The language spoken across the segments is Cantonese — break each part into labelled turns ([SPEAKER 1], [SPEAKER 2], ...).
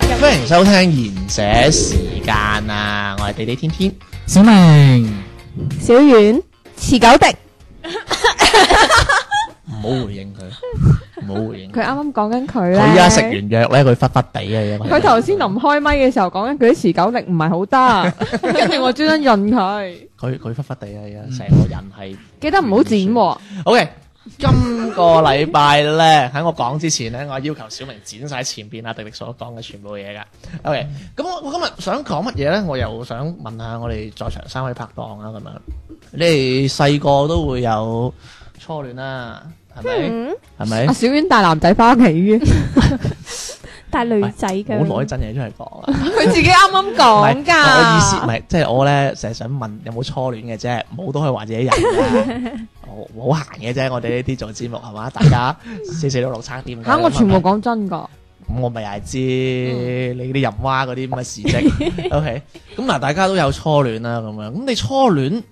[SPEAKER 1] 歡迎收聽賢者時間啊！我係地地天天，
[SPEAKER 2] 小明
[SPEAKER 3] 小遠，持久迪，
[SPEAKER 1] 唔好回應佢，唔好回應
[SPEAKER 4] 佢啱啱講緊佢咧，
[SPEAKER 1] 佢依家食完藥咧，佢忽忽地啊！因為
[SPEAKER 4] 佢頭先臨開咪嘅時候講緊佢啲持久力唔 係好得，跟住我專登潤佢，
[SPEAKER 1] 佢佢忽忽地啊！而家成個人係。
[SPEAKER 4] 記得唔好剪喎。
[SPEAKER 1] OK，今個禮拜咧喺我講之前咧，我要求小明剪晒前邊阿迪迪所講嘅全部嘢噶。OK，咁我我今日想講乜嘢咧？我又想問下我哋在場三位拍檔啊，咁樣你哋細個都會有初戀啦，係咪？
[SPEAKER 3] 嗯，
[SPEAKER 1] 係咪
[SPEAKER 4] 阿？小婉帶男仔翻屋企嘅，
[SPEAKER 3] 但係女仔嘅，
[SPEAKER 1] 唔好攞真嘢出嚟講啊！
[SPEAKER 4] 佢自己啱啱
[SPEAKER 1] 唔
[SPEAKER 4] 講
[SPEAKER 1] 係
[SPEAKER 4] 哦㗎。
[SPEAKER 1] 我意思唔係，即係我咧成日想問有冇初戀嘅啫，冇都可以話自己有 嘅，好好閒嘅啫。我哋呢啲做節目係嘛，大家四四六六差點㗎啊
[SPEAKER 4] 嚇，我全部講真㗎。
[SPEAKER 1] 咁我咪又係知你啲淫蛙嗰啲咁嘅事跡。OK，咁嗱，大家都有初戀啦，咁樣咁你初戀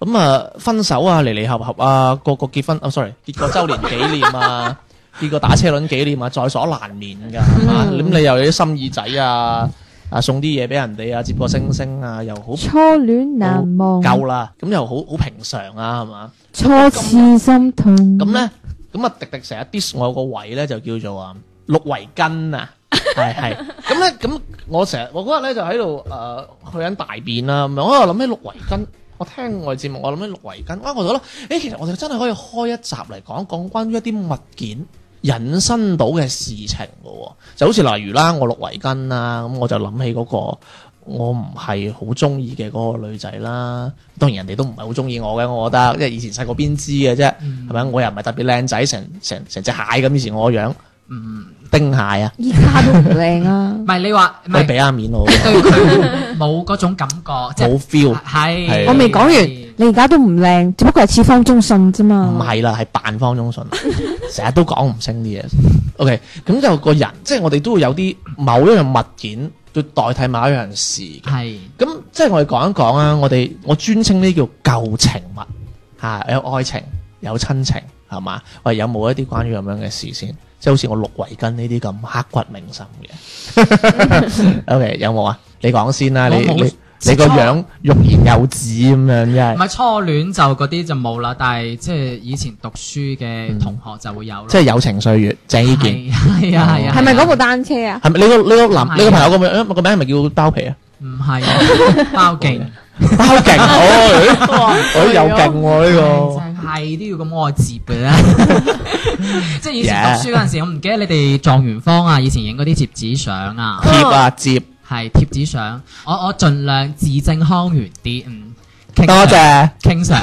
[SPEAKER 1] 咁啊分手啊，離離合合啊，個個結婚啊，sorry，結過周年紀念啊，結過打車輪紀念啊，在所難免㗎，係嘛？咁你又有啲心意仔啊，啊送啲嘢俾人哋啊，接個星星啊，又好
[SPEAKER 4] 初戀難忘，
[SPEAKER 1] 夠啦，咁又好好平常啊，係嘛？
[SPEAKER 4] 初次心痛。
[SPEAKER 1] 咁咧，咁啊，迪迪成日 diss 我有個位咧，就叫做啊綠圍巾啊，係係。咁咧，咁我成日我嗰日咧就喺度誒去緊大便啦，咁樣我又諗起綠圍巾。我聽我哋節目，我諗起綠圍巾，哇！我就覺得，誒，其實我哋真係可以開一集嚟講講關於一啲物件引申到嘅事情嘅喎，就好似例如啦，我綠圍巾啦，咁我就諗起嗰個我唔係好中意嘅嗰個女仔啦。當然人哋都唔係好中意我嘅，我覺得，因為以前細個邊知嘅啫，係咪、我又唔係特別靚仔，成成成隻蟹咁，以前我個樣，嗯，丁蟹啊，
[SPEAKER 4] 依家都唔靚啊
[SPEAKER 2] 唔！係你話唔
[SPEAKER 1] 你
[SPEAKER 2] 係
[SPEAKER 1] 俾 下面我，
[SPEAKER 2] 對佢冇嗰種感覺，即係
[SPEAKER 1] 冇 feel，
[SPEAKER 2] 係
[SPEAKER 1] 係
[SPEAKER 4] 我未講完，你而家都唔靚，只不過係似方中信啫
[SPEAKER 2] 哦
[SPEAKER 4] 嘛。
[SPEAKER 1] 唔係啦，係扮方中信，啊成日都講唔清啲嘢。OK，咁就個人，即係我哋都會有啲某一樣物件，去代替某一樣事嘅。
[SPEAKER 2] 係
[SPEAKER 1] 咁即係我哋講一講啊，我哋我專稱呢叫舊情物嚇、有愛情，有親情，係嘛？喂，有冇一啲關於咁樣嘅事先？即係好似我綠圍巾呢啲咁刻骨銘心嘅。OK，有 冇啊？你講先啦，你
[SPEAKER 2] 我冇
[SPEAKER 1] 你你個樣欲言又止咁樣，真
[SPEAKER 2] 唔
[SPEAKER 1] 係
[SPEAKER 2] 係初戀就嗰啲就冇啦，但係即係以前讀書嘅同學就會有咯。
[SPEAKER 1] 嗯即係哦友情歲月，鄭伊健。
[SPEAKER 2] 係係啊係啊，
[SPEAKER 4] 係咪嗰部單車啊？
[SPEAKER 1] 係咪你個你個男
[SPEAKER 2] 係
[SPEAKER 1] 你個朋友個名個名係咪叫包 皮啊？
[SPEAKER 2] 唔係啊包勁？
[SPEAKER 1] 包勁 哦，佢又勁喎呢
[SPEAKER 2] 係都要咁愛接嘅 咧，即係以前讀書嗰陣時，我唔記得你哋狀元坊啊，以前影嗰啲貼紙相啊
[SPEAKER 1] 個，貼啊接，
[SPEAKER 2] 係貼紙相，我我盡量字正腔圓啲，嗯，傾
[SPEAKER 1] 啊多
[SPEAKER 2] 上
[SPEAKER 1] 謝
[SPEAKER 2] 傾上。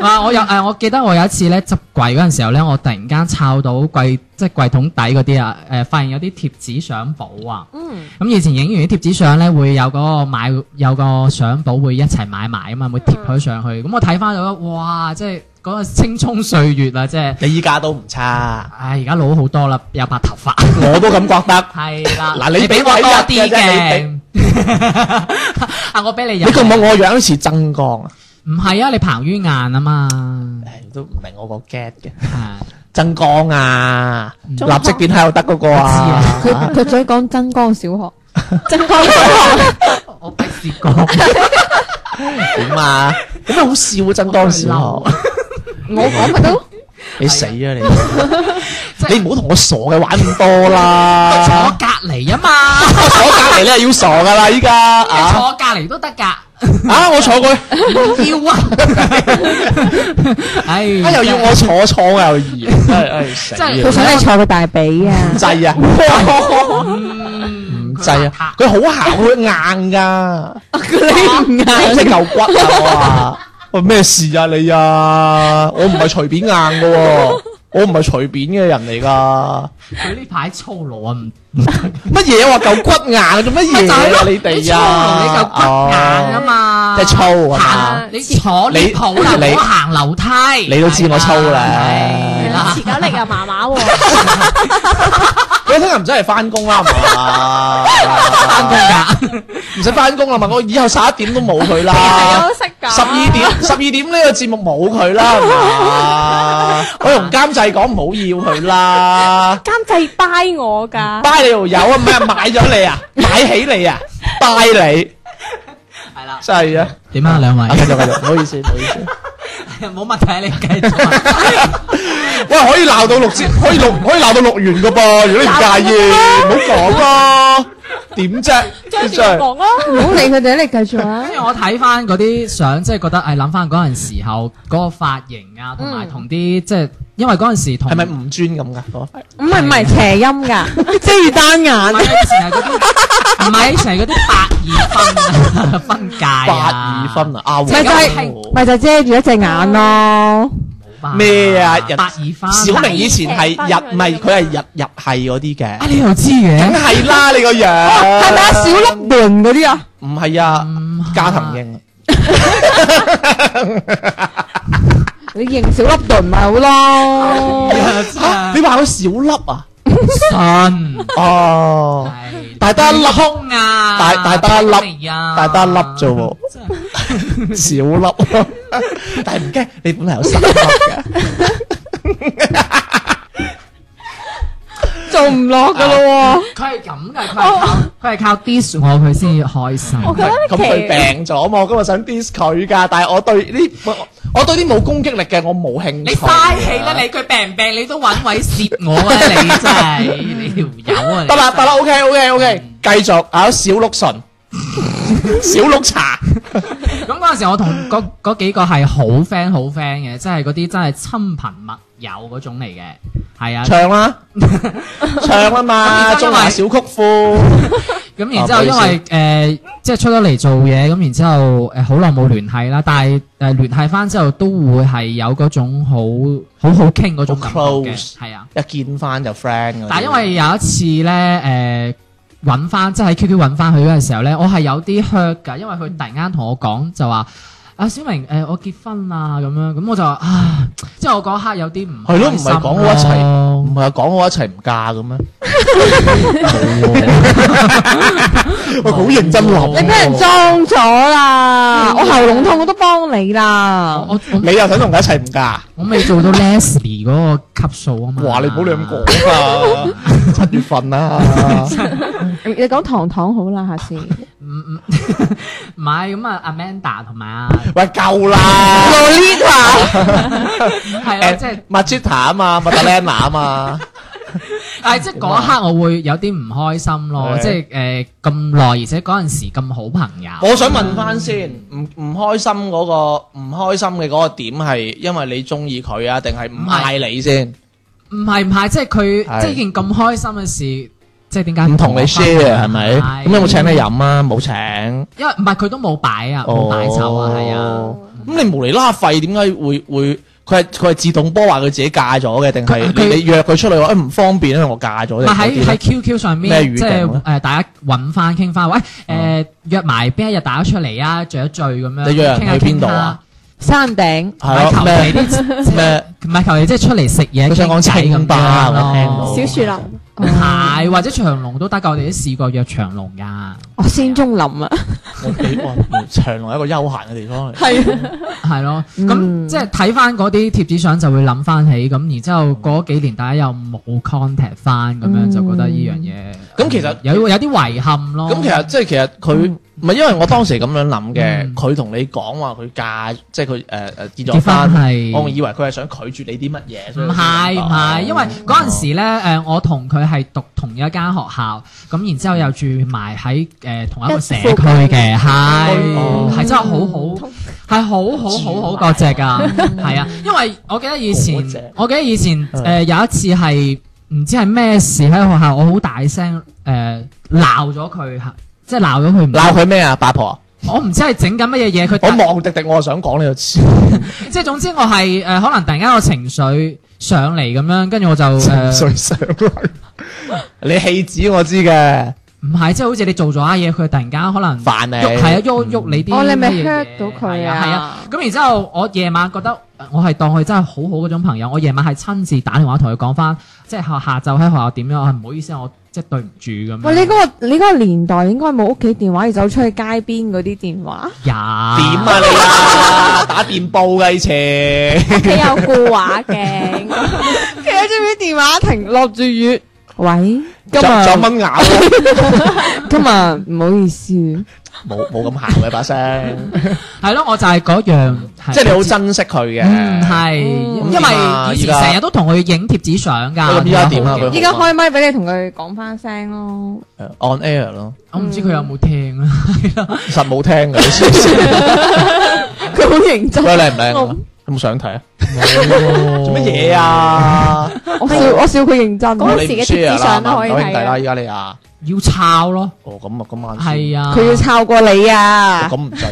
[SPEAKER 2] 啊，我有誒，我記得我有一次咧執櫃嗰陣時候咧，我突然間抄到櫃即係櫃桶底嗰啲啊，誒發現有啲貼紙相簿啊。
[SPEAKER 4] 嗯，
[SPEAKER 2] 咁以前影完啲貼紙相咧，會有嗰個買有個相簿會一齊買埋啊嘛，會貼佢上去。咁我睇翻咗，哇！即係嗰個青葱歲月啊，即係，
[SPEAKER 1] 你依家都唔差，
[SPEAKER 2] 唉，而家老好多啦，有白頭髮，
[SPEAKER 1] 我都咁覺得。
[SPEAKER 2] 係啦。
[SPEAKER 1] 嗱你
[SPEAKER 2] 俾我
[SPEAKER 1] 俾
[SPEAKER 2] 多
[SPEAKER 1] 我
[SPEAKER 2] 啲
[SPEAKER 1] 一日啫
[SPEAKER 2] 嘅， 啊，我俾你有。
[SPEAKER 1] 你覺唔覺我樣似曾江啊？
[SPEAKER 2] 唔係啊，你彭于晏啊嘛，
[SPEAKER 1] 誒，都唔明我個 get 嘅。
[SPEAKER 2] 係
[SPEAKER 1] 曾江啊，立
[SPEAKER 3] 中學
[SPEAKER 1] 即變態又得嗰個啊
[SPEAKER 2] 我，
[SPEAKER 4] 佢佢想講真光小學。
[SPEAKER 2] 我未試過。
[SPEAKER 1] 點啊？咁咪好笑啊！曾江 小學，
[SPEAKER 4] 我講咪得咯，
[SPEAKER 1] 你死啊你！
[SPEAKER 2] 即係
[SPEAKER 1] 你唔好同我傻嘅玩咁多啦
[SPEAKER 2] 坐。隔離啊嘛，
[SPEAKER 1] 我坐隔離你係要傻噶啦依家 啊！
[SPEAKER 2] 坐隔離都得㗎，
[SPEAKER 1] 啊，我坐過去。
[SPEAKER 2] 要啊！ 唉，
[SPEAKER 1] 啊！又要
[SPEAKER 2] 真係
[SPEAKER 1] 我坐坐我又嫌，唉唉死
[SPEAKER 2] 真係
[SPEAKER 4] 佢
[SPEAKER 1] 啊！
[SPEAKER 4] 想你坐佢大 髀啊！
[SPEAKER 1] 唔制啊，
[SPEAKER 2] 嗯
[SPEAKER 1] 唔制啊！！佢好姣，佢硬噶，
[SPEAKER 4] 你唔
[SPEAKER 1] 即係牛骨啊！喂咩事啊你啊？我唔係隨便硬 嘅喎，我唔係隨便嘅人嚟㗎。
[SPEAKER 2] 佢呢排粗魯啊，唔
[SPEAKER 1] 乜嘢話嚿骨硬做乜嘢啊你哋
[SPEAKER 2] 你就
[SPEAKER 1] 啊？
[SPEAKER 2] 骨硬啊嘛，
[SPEAKER 1] 哦即係粗啊嘛
[SPEAKER 2] 行你坐呢鋪啦，
[SPEAKER 1] 你
[SPEAKER 2] 唔好行樓梯。
[SPEAKER 1] 你都知我粗啦
[SPEAKER 2] 係 啦
[SPEAKER 3] 持久力又麻麻喎，
[SPEAKER 1] 你聽日唔使嚟翻工啦，係嘛？翻工㗎，唔使翻工啦嘛！我以後十一點都冇佢啦。
[SPEAKER 3] 識㗎
[SPEAKER 1] 十二點，十二點呢個節目冇佢啦，係 嘛？我同監製講唔好要佢啦，
[SPEAKER 3] 監製 buy 我㗎，
[SPEAKER 1] buy 你條友啊，咩買咗你啊，買起你啊，buy 你，
[SPEAKER 2] 係啦，
[SPEAKER 1] 真係啊！
[SPEAKER 2] 點啊兩位
[SPEAKER 1] 啊，繼？續繼續，唔好意思，唔好意思。
[SPEAKER 2] 冇問題，你繼續。啊
[SPEAKER 1] 喂，可以鬧到六節，可以錄，可以鬧到錄完噶噃，如果你唔介意，唔好講啦。點啫？
[SPEAKER 3] 張
[SPEAKER 1] 真
[SPEAKER 3] 住個房
[SPEAKER 1] 係
[SPEAKER 3] 咯，
[SPEAKER 4] 唔好理佢哋，你繼續啊
[SPEAKER 2] 跟。住我睇翻嗰啲相，即係覺得誒諗翻嗰陣時候嗰個髮型啊，同埋同啲即係因為嗰陣時同
[SPEAKER 1] 係咪唔專咁噶？嗰個
[SPEAKER 4] 唔係唔係斜音 㗎，即係
[SPEAKER 2] 唔
[SPEAKER 4] 單眼。
[SPEAKER 2] 係以前係嗰啲唔係成係嗰啲八二分啊分界啊
[SPEAKER 1] 八二分啊，啊
[SPEAKER 4] 咪就係
[SPEAKER 1] 係
[SPEAKER 4] 咪就遮住一隻眼咯。
[SPEAKER 1] 咩啊人
[SPEAKER 2] 八二分
[SPEAKER 1] 小明以前係日，唔係佢係日日係嗰啲
[SPEAKER 2] 啊
[SPEAKER 1] 嘅，
[SPEAKER 2] 你又知
[SPEAKER 1] 梗
[SPEAKER 2] 嘅，
[SPEAKER 1] 係啦，你個樣
[SPEAKER 4] 係咪啊？小粒門嗰啲啊？
[SPEAKER 1] 唔係啊
[SPEAKER 2] 唔，係
[SPEAKER 1] 加藤英
[SPEAKER 4] 你認小粒門咪好咯。
[SPEAKER 1] 啊，你話佢小粒啊？
[SPEAKER 2] 信
[SPEAKER 1] 哦，
[SPEAKER 2] 係
[SPEAKER 1] 大得一粒
[SPEAKER 2] 空啊，
[SPEAKER 1] 大大得一粒
[SPEAKER 2] 嚟啊，
[SPEAKER 1] 大得一粒啫 喎。
[SPEAKER 2] 真係
[SPEAKER 1] 小 粒，但系唔驚，你本嚟有三粒嘅，
[SPEAKER 4] 做唔落噶咯
[SPEAKER 2] 佢係咁嘅，佢係靠佢係靠 dis 我佢先至開心。
[SPEAKER 3] 我覺得
[SPEAKER 1] 咁佢
[SPEAKER 3] 奇
[SPEAKER 1] 病咗嘛，我今日想 diss 佢㗎，但係我對呢，我我對啲冇攻擊力嘅我冇興趣。
[SPEAKER 2] 你嘥氣啦！你佢病唔病你都揾位攝我啊！你真係你條友啊！你
[SPEAKER 1] 得啦得啦，OK OK OK，繼續啊，小碌 唇，小碌茶，
[SPEAKER 2] 咁嗰陣時，我同嗰嗰幾個係好 friend 好 friend 嘅，即係嗰啲真係親朋密友嗰種嚟嘅，係啊。
[SPEAKER 1] 唱啦，唱啦嘛，
[SPEAKER 2] 咁而家因為
[SPEAKER 1] 中華小曲庫，
[SPEAKER 2] 咁然之後，
[SPEAKER 1] 啊唔
[SPEAKER 2] 因
[SPEAKER 1] 好
[SPEAKER 2] 為
[SPEAKER 1] 意
[SPEAKER 2] 誒、呃即係出咗嚟做嘢，咁然之後誒好耐冇聯繫啦，但係誒、呃、聯繫翻之後都會係有嗰種好好好傾嗰種感覺
[SPEAKER 1] 好
[SPEAKER 2] 嘅，
[SPEAKER 1] close
[SPEAKER 2] 係啊。
[SPEAKER 1] 一見翻就 friend 嗰啲
[SPEAKER 2] 但係因為有一次咧，誒揾翻即係喺 QQ 揾翻佢嗰陣時候咧，我係有啲 hurt 㗎，因為佢突然間同我講就話：阿、小明誒、呃我結婚啦咁樣，咁我就話啊，即係我嗰刻有啲唔
[SPEAKER 1] 係
[SPEAKER 2] 開
[SPEAKER 1] 咯唔係
[SPEAKER 2] 心啊
[SPEAKER 1] 講好一齊
[SPEAKER 2] 咯
[SPEAKER 1] 唔係講好一齊唔嫁嘅咩？ 喂，好認真
[SPEAKER 4] 喎，
[SPEAKER 1] 諗，
[SPEAKER 4] 啊你俾人裝咗啦，我喉嚨痛我都幫你啦
[SPEAKER 2] 我。我我
[SPEAKER 1] 你又想同佢一齊唔嫁？
[SPEAKER 2] 我未做到 Leslie 嗰個級數啊嘛。
[SPEAKER 1] 哇！你唔好亂咁講啊，七月份啊啦，
[SPEAKER 4] 你你講糖糖好啦，下次。
[SPEAKER 2] 唔唔唔係咁啊，Amanda 同埋 啊，
[SPEAKER 1] 喂夠啦
[SPEAKER 4] Lolita，
[SPEAKER 2] 係啦，即係
[SPEAKER 1] 誒。，Magita 啊嘛，Madalena 啊嘛，
[SPEAKER 2] 但係即係嗰一刻我會有啲唔開心咯，
[SPEAKER 1] 係
[SPEAKER 2] 即係誒咁耐，而且嗰陣時咁好朋友。
[SPEAKER 1] 我想問翻先，唔唔開心嗰個唔開心嘅嗰個點係因為你中意佢啊，定係唔嗌你先？
[SPEAKER 2] 唔係唔係，即係佢
[SPEAKER 1] 係
[SPEAKER 2] 即係件咁開心嘅事，即係點解
[SPEAKER 1] 唔同你 share 啊係咪？咁有冇請你哦
[SPEAKER 2] 飲？
[SPEAKER 1] 飲啊？冇請，
[SPEAKER 2] 啊因為唔係佢都冇擺啊，冇擺酒啊，係啊
[SPEAKER 1] 哦。。咁你無厘啦廢，點解會會？佢係佢係自動波話佢自己嫁咗嘅，定係
[SPEAKER 2] 佢佢
[SPEAKER 1] 你你約佢出嚟話誒哎唔方便，因為我嫁咗。
[SPEAKER 2] 唔係喺喺 QQ 上
[SPEAKER 1] 咩
[SPEAKER 2] 面，
[SPEAKER 1] 語
[SPEAKER 2] 即
[SPEAKER 1] 境啊哦咧
[SPEAKER 2] 係誒大家揾翻傾翻，喂誒約埋邊一日大家出嚟啊，聚一聚咁樣。
[SPEAKER 1] 你約人
[SPEAKER 2] 傾下
[SPEAKER 1] 去邊度啊？
[SPEAKER 4] 山頂。
[SPEAKER 2] 傾下唔
[SPEAKER 1] 係
[SPEAKER 2] 係求其
[SPEAKER 1] 咯咩
[SPEAKER 2] 啲即係
[SPEAKER 1] 咩？
[SPEAKER 2] 唔係求其即係出嚟食嘢
[SPEAKER 1] 佢想講
[SPEAKER 2] 傾偈咁
[SPEAKER 1] 清
[SPEAKER 2] 樣
[SPEAKER 1] 吧我聽到
[SPEAKER 2] 咯。
[SPEAKER 3] 小樹林，
[SPEAKER 2] 係或者長龍都得㗎，我哋都試過約長龍㗎。
[SPEAKER 4] 我仙蹤林啊，
[SPEAKER 1] 我幾哇！長隆係一個休閒嘅地 方嚟。
[SPEAKER 4] 係
[SPEAKER 2] 係咯，咁
[SPEAKER 4] 嗯
[SPEAKER 2] 即係睇翻嗰啲貼紙相就會諗翻起，咁然之後嗰幾年大家又冇 contact 翻，咁樣就覺得呢樣嘢
[SPEAKER 1] 嗯
[SPEAKER 2] 呃
[SPEAKER 1] 咁其實
[SPEAKER 2] 有有啲遺憾咯。
[SPEAKER 1] 咁其實即係其實佢唔係因為我當時咁樣諗嘅，
[SPEAKER 2] 嗯
[SPEAKER 1] 佢同你講話佢嫁，即係佢誒誒結
[SPEAKER 2] 結
[SPEAKER 1] 咗
[SPEAKER 2] 婚
[SPEAKER 1] 婚，
[SPEAKER 2] 係
[SPEAKER 1] 我仲以為佢係想拒絕你啲乜嘢。所以
[SPEAKER 2] 唔
[SPEAKER 1] 我先
[SPEAKER 2] 係唔
[SPEAKER 1] 咁
[SPEAKER 2] 係，
[SPEAKER 1] 講
[SPEAKER 2] 因為嗰陣時咧，誒我同佢係讀同一間學校，咁然之後又住埋喺誒同一個社區嘅，係
[SPEAKER 1] 哦
[SPEAKER 2] 係真係好好，係好好好好嗰只㗎，係啊，因為我記得以
[SPEAKER 1] 嗰隻
[SPEAKER 2] 前，我記得以前誒有一次係唔知係咩事喺學校，我好大聲誒鬧咗佢，即係鬧咗佢唔
[SPEAKER 1] 鬧佢咩啊？八婆
[SPEAKER 2] 我唔知係整緊乜嘢嘢，佢
[SPEAKER 1] 我
[SPEAKER 2] 突
[SPEAKER 1] 望迪迪，我就想講你就知，
[SPEAKER 2] 即係總之我係誒、呃可能突然間個情緒上嚟咁樣，跟住我就 誒
[SPEAKER 1] 水上嚟。 你戲子我知嘅，
[SPEAKER 2] 唔係，即係好似你做咗下嘢，佢突然間可能
[SPEAKER 1] 煩你
[SPEAKER 2] 喐係啊喐喐你啲
[SPEAKER 4] 哦你咪
[SPEAKER 2] 乜嘢嘢
[SPEAKER 4] hurt 到佢啊
[SPEAKER 2] 係係啊，咁然之後我夜晚覺得呃我係當佢真係好好嗰種朋友，我夜晚係親自打電話同佢講翻，即係下下晝喺學校點樣，啊唔好意思啊，我即係對唔住咁樣。
[SPEAKER 4] 喂，你嗰個你嗰個年代應該冇屋企電話，要走出去街邊嗰啲電話。
[SPEAKER 2] 呀
[SPEAKER 1] 點啊你啊？ 打電報嘅以前，
[SPEAKER 3] 屋企有固話嘅，
[SPEAKER 4] 企喺出邊電話亭，落住雨。喂，今
[SPEAKER 1] 就就
[SPEAKER 4] 日
[SPEAKER 1] 蚊咬，
[SPEAKER 4] 今日唔好意思，
[SPEAKER 1] 冇冇咁行嘅把聲，
[SPEAKER 2] 係咯，我就係嗰樣，
[SPEAKER 1] 即係你好珍惜佢嘅。
[SPEAKER 2] 嗯係，
[SPEAKER 1] 嗯
[SPEAKER 2] 因為以
[SPEAKER 1] 咁點
[SPEAKER 2] 前
[SPEAKER 1] 啊
[SPEAKER 2] 成日都同佢影貼紙相㗎。
[SPEAKER 1] 咁依家點啊佢
[SPEAKER 4] 依家開咪俾你同佢講翻聲咯。
[SPEAKER 1] 誒 Uh, on air 咯，
[SPEAKER 2] 我唔知佢有冇聽啊，係啦
[SPEAKER 1] 實冇聽嘅，你知唔知
[SPEAKER 4] 佢好認真。
[SPEAKER 1] 喂，靚唔靚啊？有冇想睇啊？ 做乜嘢啊？
[SPEAKER 4] 我笑我笑佢認真。
[SPEAKER 3] 嗰
[SPEAKER 4] 佢
[SPEAKER 3] 時嘅
[SPEAKER 1] 你唔 share
[SPEAKER 3] 貼紙相
[SPEAKER 1] 啦
[SPEAKER 3] 都可以
[SPEAKER 1] 問
[SPEAKER 3] 睇
[SPEAKER 1] 兄弟啦，
[SPEAKER 3] 啊
[SPEAKER 1] 依家你啊，
[SPEAKER 2] 要抄咯，
[SPEAKER 1] 哦咁啊，咁晏先
[SPEAKER 2] 係啊，
[SPEAKER 4] 要抄過你啊！
[SPEAKER 1] 咁唔制，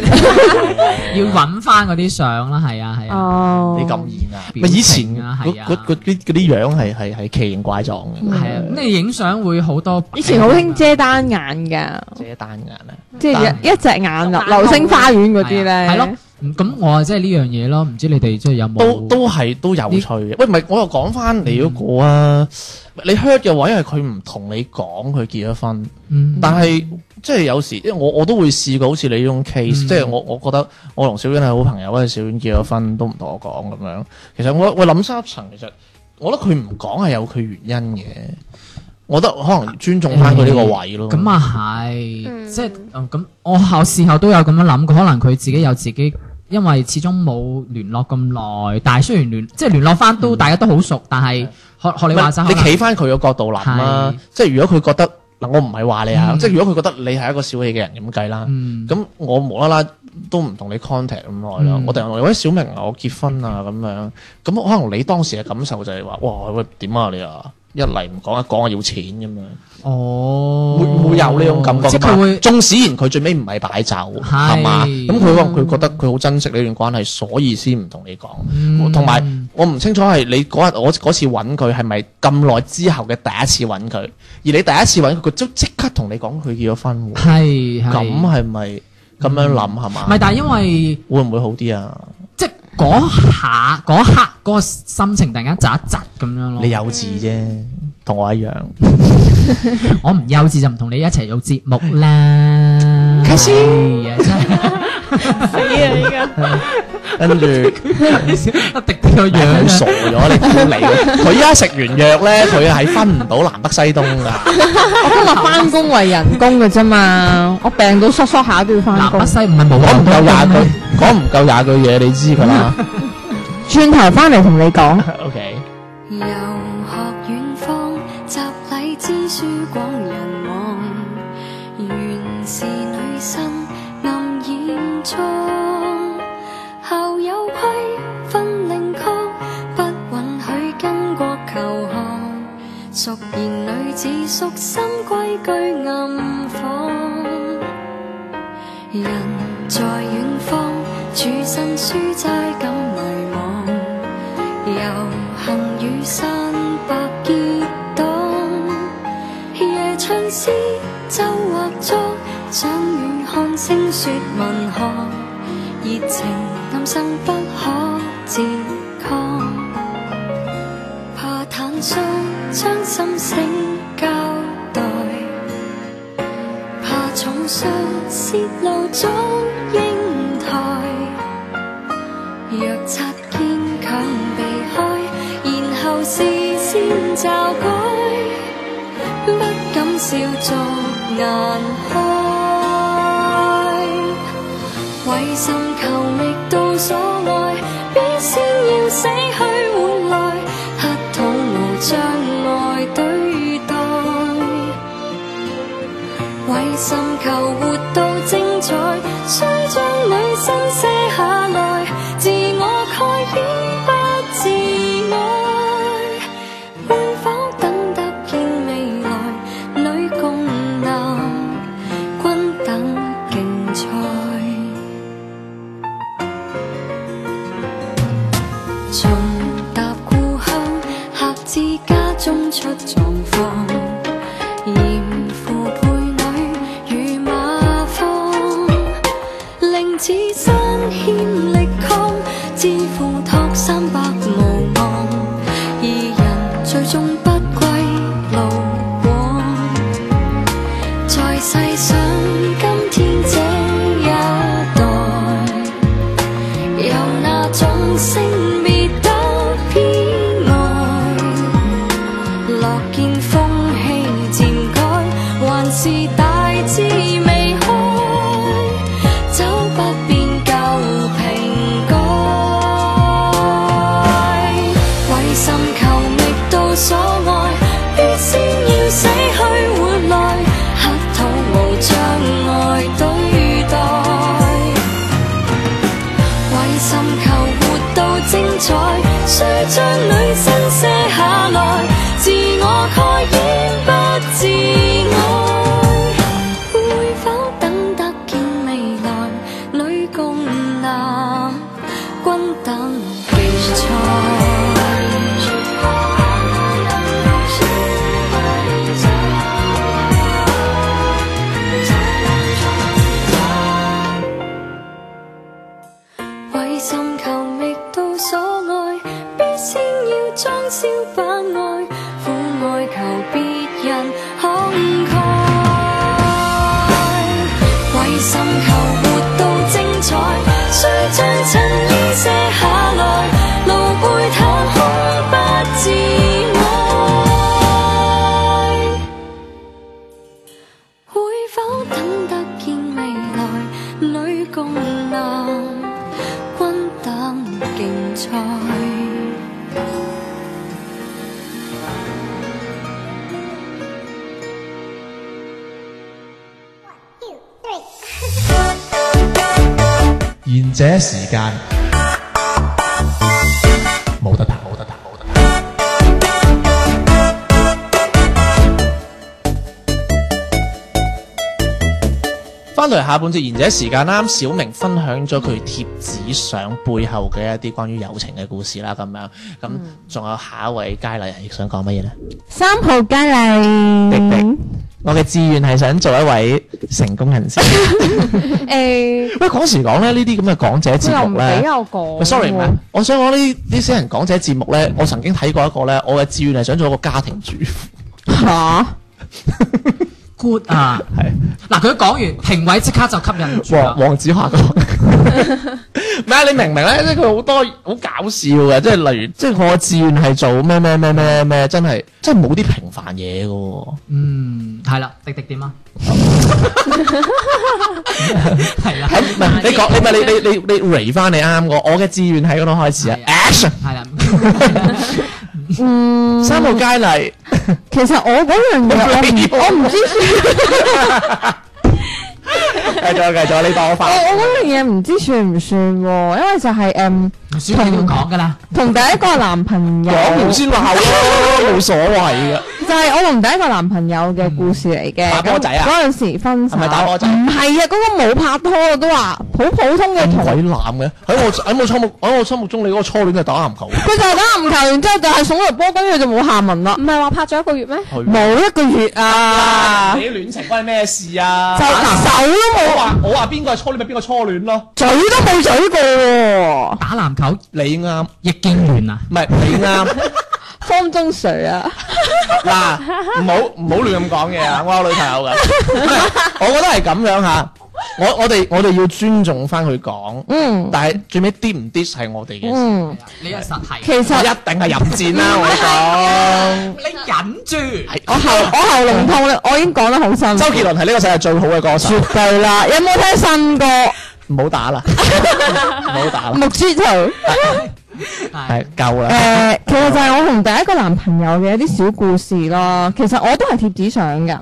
[SPEAKER 2] 要揾翻嗰啲相啦，係啊係啊，
[SPEAKER 4] 哦，
[SPEAKER 1] 你咁易啊？
[SPEAKER 2] 表
[SPEAKER 1] 咪
[SPEAKER 2] 情啊
[SPEAKER 1] 以前嗰
[SPEAKER 2] 係啊
[SPEAKER 1] 嗰嗰啲嗰啲樣係係係奇形怪狀嘅，
[SPEAKER 2] 係啊，咁你影相會好多，
[SPEAKER 4] 以前好興遮單眼噶，
[SPEAKER 1] 遮單眼啊！
[SPEAKER 4] 即係一一隻眼啊，
[SPEAKER 3] 單眼
[SPEAKER 4] 流星花園嗰啲咧。
[SPEAKER 2] 係咯，嗯咁我啊即係呢樣嘢咯，唔知你哋即係有冇
[SPEAKER 1] 都都係都有趣嘅。喂，唔係我又講翻你嗰個啊，你 hurt 嘅位係佢唔同你講佢結咗婚，
[SPEAKER 2] 嗯
[SPEAKER 1] 但係即係有時，因為我我都會試過好似你呢種 case，、
[SPEAKER 2] 嗯
[SPEAKER 1] 即係我我覺得我同小婉係好朋友，嗰陣小婉結咗婚都唔同我講咁樣。其實我我諗深一層，其實我覺得佢唔講係有佢原因嘅，我覺得可能尊重翻佢呢個位咯。
[SPEAKER 2] 咁啊係，
[SPEAKER 3] 嗯
[SPEAKER 2] 即係嗯咁我後事後都有咁樣諗過，可能佢自己有自己。因為始終冇聯絡咁耐，但係雖然聯即係聯絡翻都大家都好熟，但係學學
[SPEAKER 1] 唔
[SPEAKER 2] 你話
[SPEAKER 1] 係
[SPEAKER 2] 齋，
[SPEAKER 1] 你企翻佢個角度諗啦
[SPEAKER 2] 係，
[SPEAKER 1] 即係如果佢覺得嗱，我唔係話你啊，
[SPEAKER 2] 嗯
[SPEAKER 1] 即係如果佢覺得你係一個小氣嘅人咁計啦。
[SPEAKER 2] 嗯
[SPEAKER 1] 咁我無啦啦都唔同你 contact 咁耐啦，
[SPEAKER 2] 嗯
[SPEAKER 1] 我突然話喂小明啊，我結婚啊咁樣，咁可能你當時嘅感受就係話，哇喂點啊你啊，一嚟唔講一講我啊要錢咁樣，
[SPEAKER 2] 哦，
[SPEAKER 1] 會會有呢種感覺
[SPEAKER 2] 即係
[SPEAKER 1] 㗎
[SPEAKER 2] 佢
[SPEAKER 1] 嘛
[SPEAKER 2] 會。
[SPEAKER 1] 縱使然佢最尾唔係擺酒，係嘛？咁佢話佢覺得佢好珍惜呢段關係，所以先唔同你講。
[SPEAKER 2] 嗯
[SPEAKER 1] 同埋我唔清楚係你嗰日我嗰次揾佢係咪咁耐之後嘅第一次揾佢，而你第一次揾佢，佢即即刻同你講佢結咗婚喎，
[SPEAKER 2] 係係嗯
[SPEAKER 1] 咁係咪咁樣諗係嘛
[SPEAKER 2] 唔？係，但係因為
[SPEAKER 1] 會唔會好啲啊？
[SPEAKER 2] 即係嗰下嗰刻嗰個心情突然間窒一窒咁樣咯。
[SPEAKER 1] 你幼稚啫，同我一樣。
[SPEAKER 2] 我唔幼稚就唔同你一齊做節目啦。
[SPEAKER 1] 開心
[SPEAKER 2] 係啊
[SPEAKER 3] 死啊！依家
[SPEAKER 1] 跟 住佢
[SPEAKER 2] 真係一滴滴個 樣
[SPEAKER 1] 傻咗，你估你？佢依家食完藥咧，佢係分唔到南北西東噶。
[SPEAKER 4] 我今日翻工為人工嘅 啫嘛，我病到疏疏下都要翻
[SPEAKER 2] 南
[SPEAKER 4] 工
[SPEAKER 2] 北。西唔係冇
[SPEAKER 1] 講唔夠 廿
[SPEAKER 2] 句
[SPEAKER 1] 句，講唔夠廿句嘢，你知噶啦。
[SPEAKER 4] 轉頭翻嚟同你講。
[SPEAKER 1] OK，
[SPEAKER 5] 遊學遠方，習禮知書廣人望。原是女生暗掩妝，校有規分令綱，不允許巾幗求降。淑賢女子淑心歸居暗房。人在遠方，處身書齋感迷惘。遊行與散白結黨，夜唱詩周或作，想遠看星雪雲航。熱情暗生不可自抗。怕坦率將心聲交代，怕重傷泄露總英台。若擦肩強避開，然後事先驟改，不敢笑逐顏開。為甚求覓到所愛，必先要死去活來，乞討無障礙對待。為甚求活到精彩，需將女生卸下來，自我蓋掩不自愛。會否等得見未來，女共男均等競賽？重踏故鄉，客至家中出狀況。嚴父配女與馬坊，令此生牽力抗，自負托三百無望。二人最終不歸路往。在世上，今天這一代，有那種性別都偏愛，樂見風氣漸改，還是大志未開，走不遍舊瓶蓋。為甚求覓到所愛，必先要死去活來，乞討無障礙對待。為甚求活到精彩，需將女生卸下來，自我蓋掩不自愛。會否等得見未來，女共男均等比賽？為尋求覓到所愛，必先要裝笑把愛，苦愛求別人慷慨。為尋求活到精彩，需將襯衣卸下來，露背袒胸不自愛。會否等得見未來女共男均等競賽？
[SPEAKER 6] 贤者時間冇得彈，冇得彈，冇得彈。
[SPEAKER 1] 翻到嚟下半節賢者時間啦，啱小明分享咗佢貼紙相背後嘅一啲關於友情嘅故事啦，咁樣咁仲有下一位佳麗係想講乜嘢咧？
[SPEAKER 4] 三號佳麗，
[SPEAKER 1] 我嘅志願係想做一位成功人士。
[SPEAKER 4] 诶，
[SPEAKER 1] 喂，講時講咧，呢啲咁嘅講者
[SPEAKER 4] 佢
[SPEAKER 1] 節
[SPEAKER 4] 又唔
[SPEAKER 1] 目
[SPEAKER 4] 俾啊
[SPEAKER 1] 咧。
[SPEAKER 4] 我講
[SPEAKER 1] 喂
[SPEAKER 4] 喎。
[SPEAKER 1] ，sorry 唔係，我想講呢呢些人講者節目咧，我曾經睇過一個咧，我嘅志願係想做一個家庭主婦，
[SPEAKER 4] 吓，
[SPEAKER 2] good 啊！
[SPEAKER 1] 係。
[SPEAKER 2] 嗱，佢講完評委即刻就吸引唔住啦
[SPEAKER 1] 黃。黃子華講，唔係啊你明唔明咧？即係佢好多好搞笑嘅，即係例如，即係我志願係做咩咩咩咩咩，真係真係冇啲平凡嘢嘅喎。
[SPEAKER 2] 嗯，係啦，迪迪點 啊？係啦，
[SPEAKER 1] 係唔係你講你咪你你你你 r 翻你啱我，我嘅志願喺嗰度開始啊
[SPEAKER 2] 係啊
[SPEAKER 1] ！Action，
[SPEAKER 2] 係啦，
[SPEAKER 4] 嗯。
[SPEAKER 1] 三號佳麗，
[SPEAKER 4] 其實我嗰樣嘢我唔我唔知算，
[SPEAKER 1] 繼續繼續，你當我
[SPEAKER 4] 我
[SPEAKER 1] 發。
[SPEAKER 4] 我嗰樣嘢唔知算唔算喎，因為就係誒
[SPEAKER 2] 唔需要講噶啦。
[SPEAKER 4] 同第一個男朋友，
[SPEAKER 1] 講完先鬧咯，冇所謂嘅。
[SPEAKER 4] 就係我同第一個男朋友嘅故事嚟嘅。
[SPEAKER 1] 打波仔啊
[SPEAKER 4] 咁嗰陣時分手，
[SPEAKER 1] 係咪打波仔
[SPEAKER 4] 唔係啊，嗰個冇拍拖啊，都話好普通嘅
[SPEAKER 1] 咁
[SPEAKER 4] 同，
[SPEAKER 1] 鬼濫嘅，喺我喺我心目喺我心目中，你嗰個初戀係打籃球。
[SPEAKER 4] 佢就係打籃球，然之後就係送入波，跟住就冇下文啦
[SPEAKER 3] 唔，係話拍咗一個月咩？
[SPEAKER 4] 冇一個月啊，
[SPEAKER 1] 你戀情關你咩事啊
[SPEAKER 4] 就手都
[SPEAKER 1] 我
[SPEAKER 4] 冇，
[SPEAKER 1] 話我話邊個係初戀咪邊個初戀咯。
[SPEAKER 4] 嘴都冇嘴過喎，
[SPEAKER 2] 打籃球
[SPEAKER 1] 你啱，
[SPEAKER 2] 易建聯啊，
[SPEAKER 1] 唔係你啱。
[SPEAKER 4] 方中誰啊？
[SPEAKER 1] 嗱，唔好唔好亂咁講嘢啊！我有女朋友㗎， 唔係我覺得係咁樣嚇。我我哋我哋要尊重翻佢講，
[SPEAKER 4] 嗯
[SPEAKER 1] 但係最尾 dis 唔 dis 係我哋嘅事，
[SPEAKER 4] 嗯，
[SPEAKER 2] 你係實係。
[SPEAKER 4] 其實
[SPEAKER 1] 我一。定係啊淫戰啦！我
[SPEAKER 2] 你忍住，
[SPEAKER 1] 講，嗯
[SPEAKER 4] 我
[SPEAKER 1] 我
[SPEAKER 4] 喉我喉嚨痛啦，我已經講得好辛苦。
[SPEAKER 1] 周杰倫係呢個世界最好嘅歌手，
[SPEAKER 4] 絕對啦，有冇聽新歌《
[SPEAKER 1] 唔好打 啦，唔好打啦，
[SPEAKER 4] 木豬頭》？
[SPEAKER 2] 係
[SPEAKER 1] 係夠啦。
[SPEAKER 4] 誒，其實就係我同第一個男朋友嘅一啲小故事咯。其實我都係貼紙相㗎，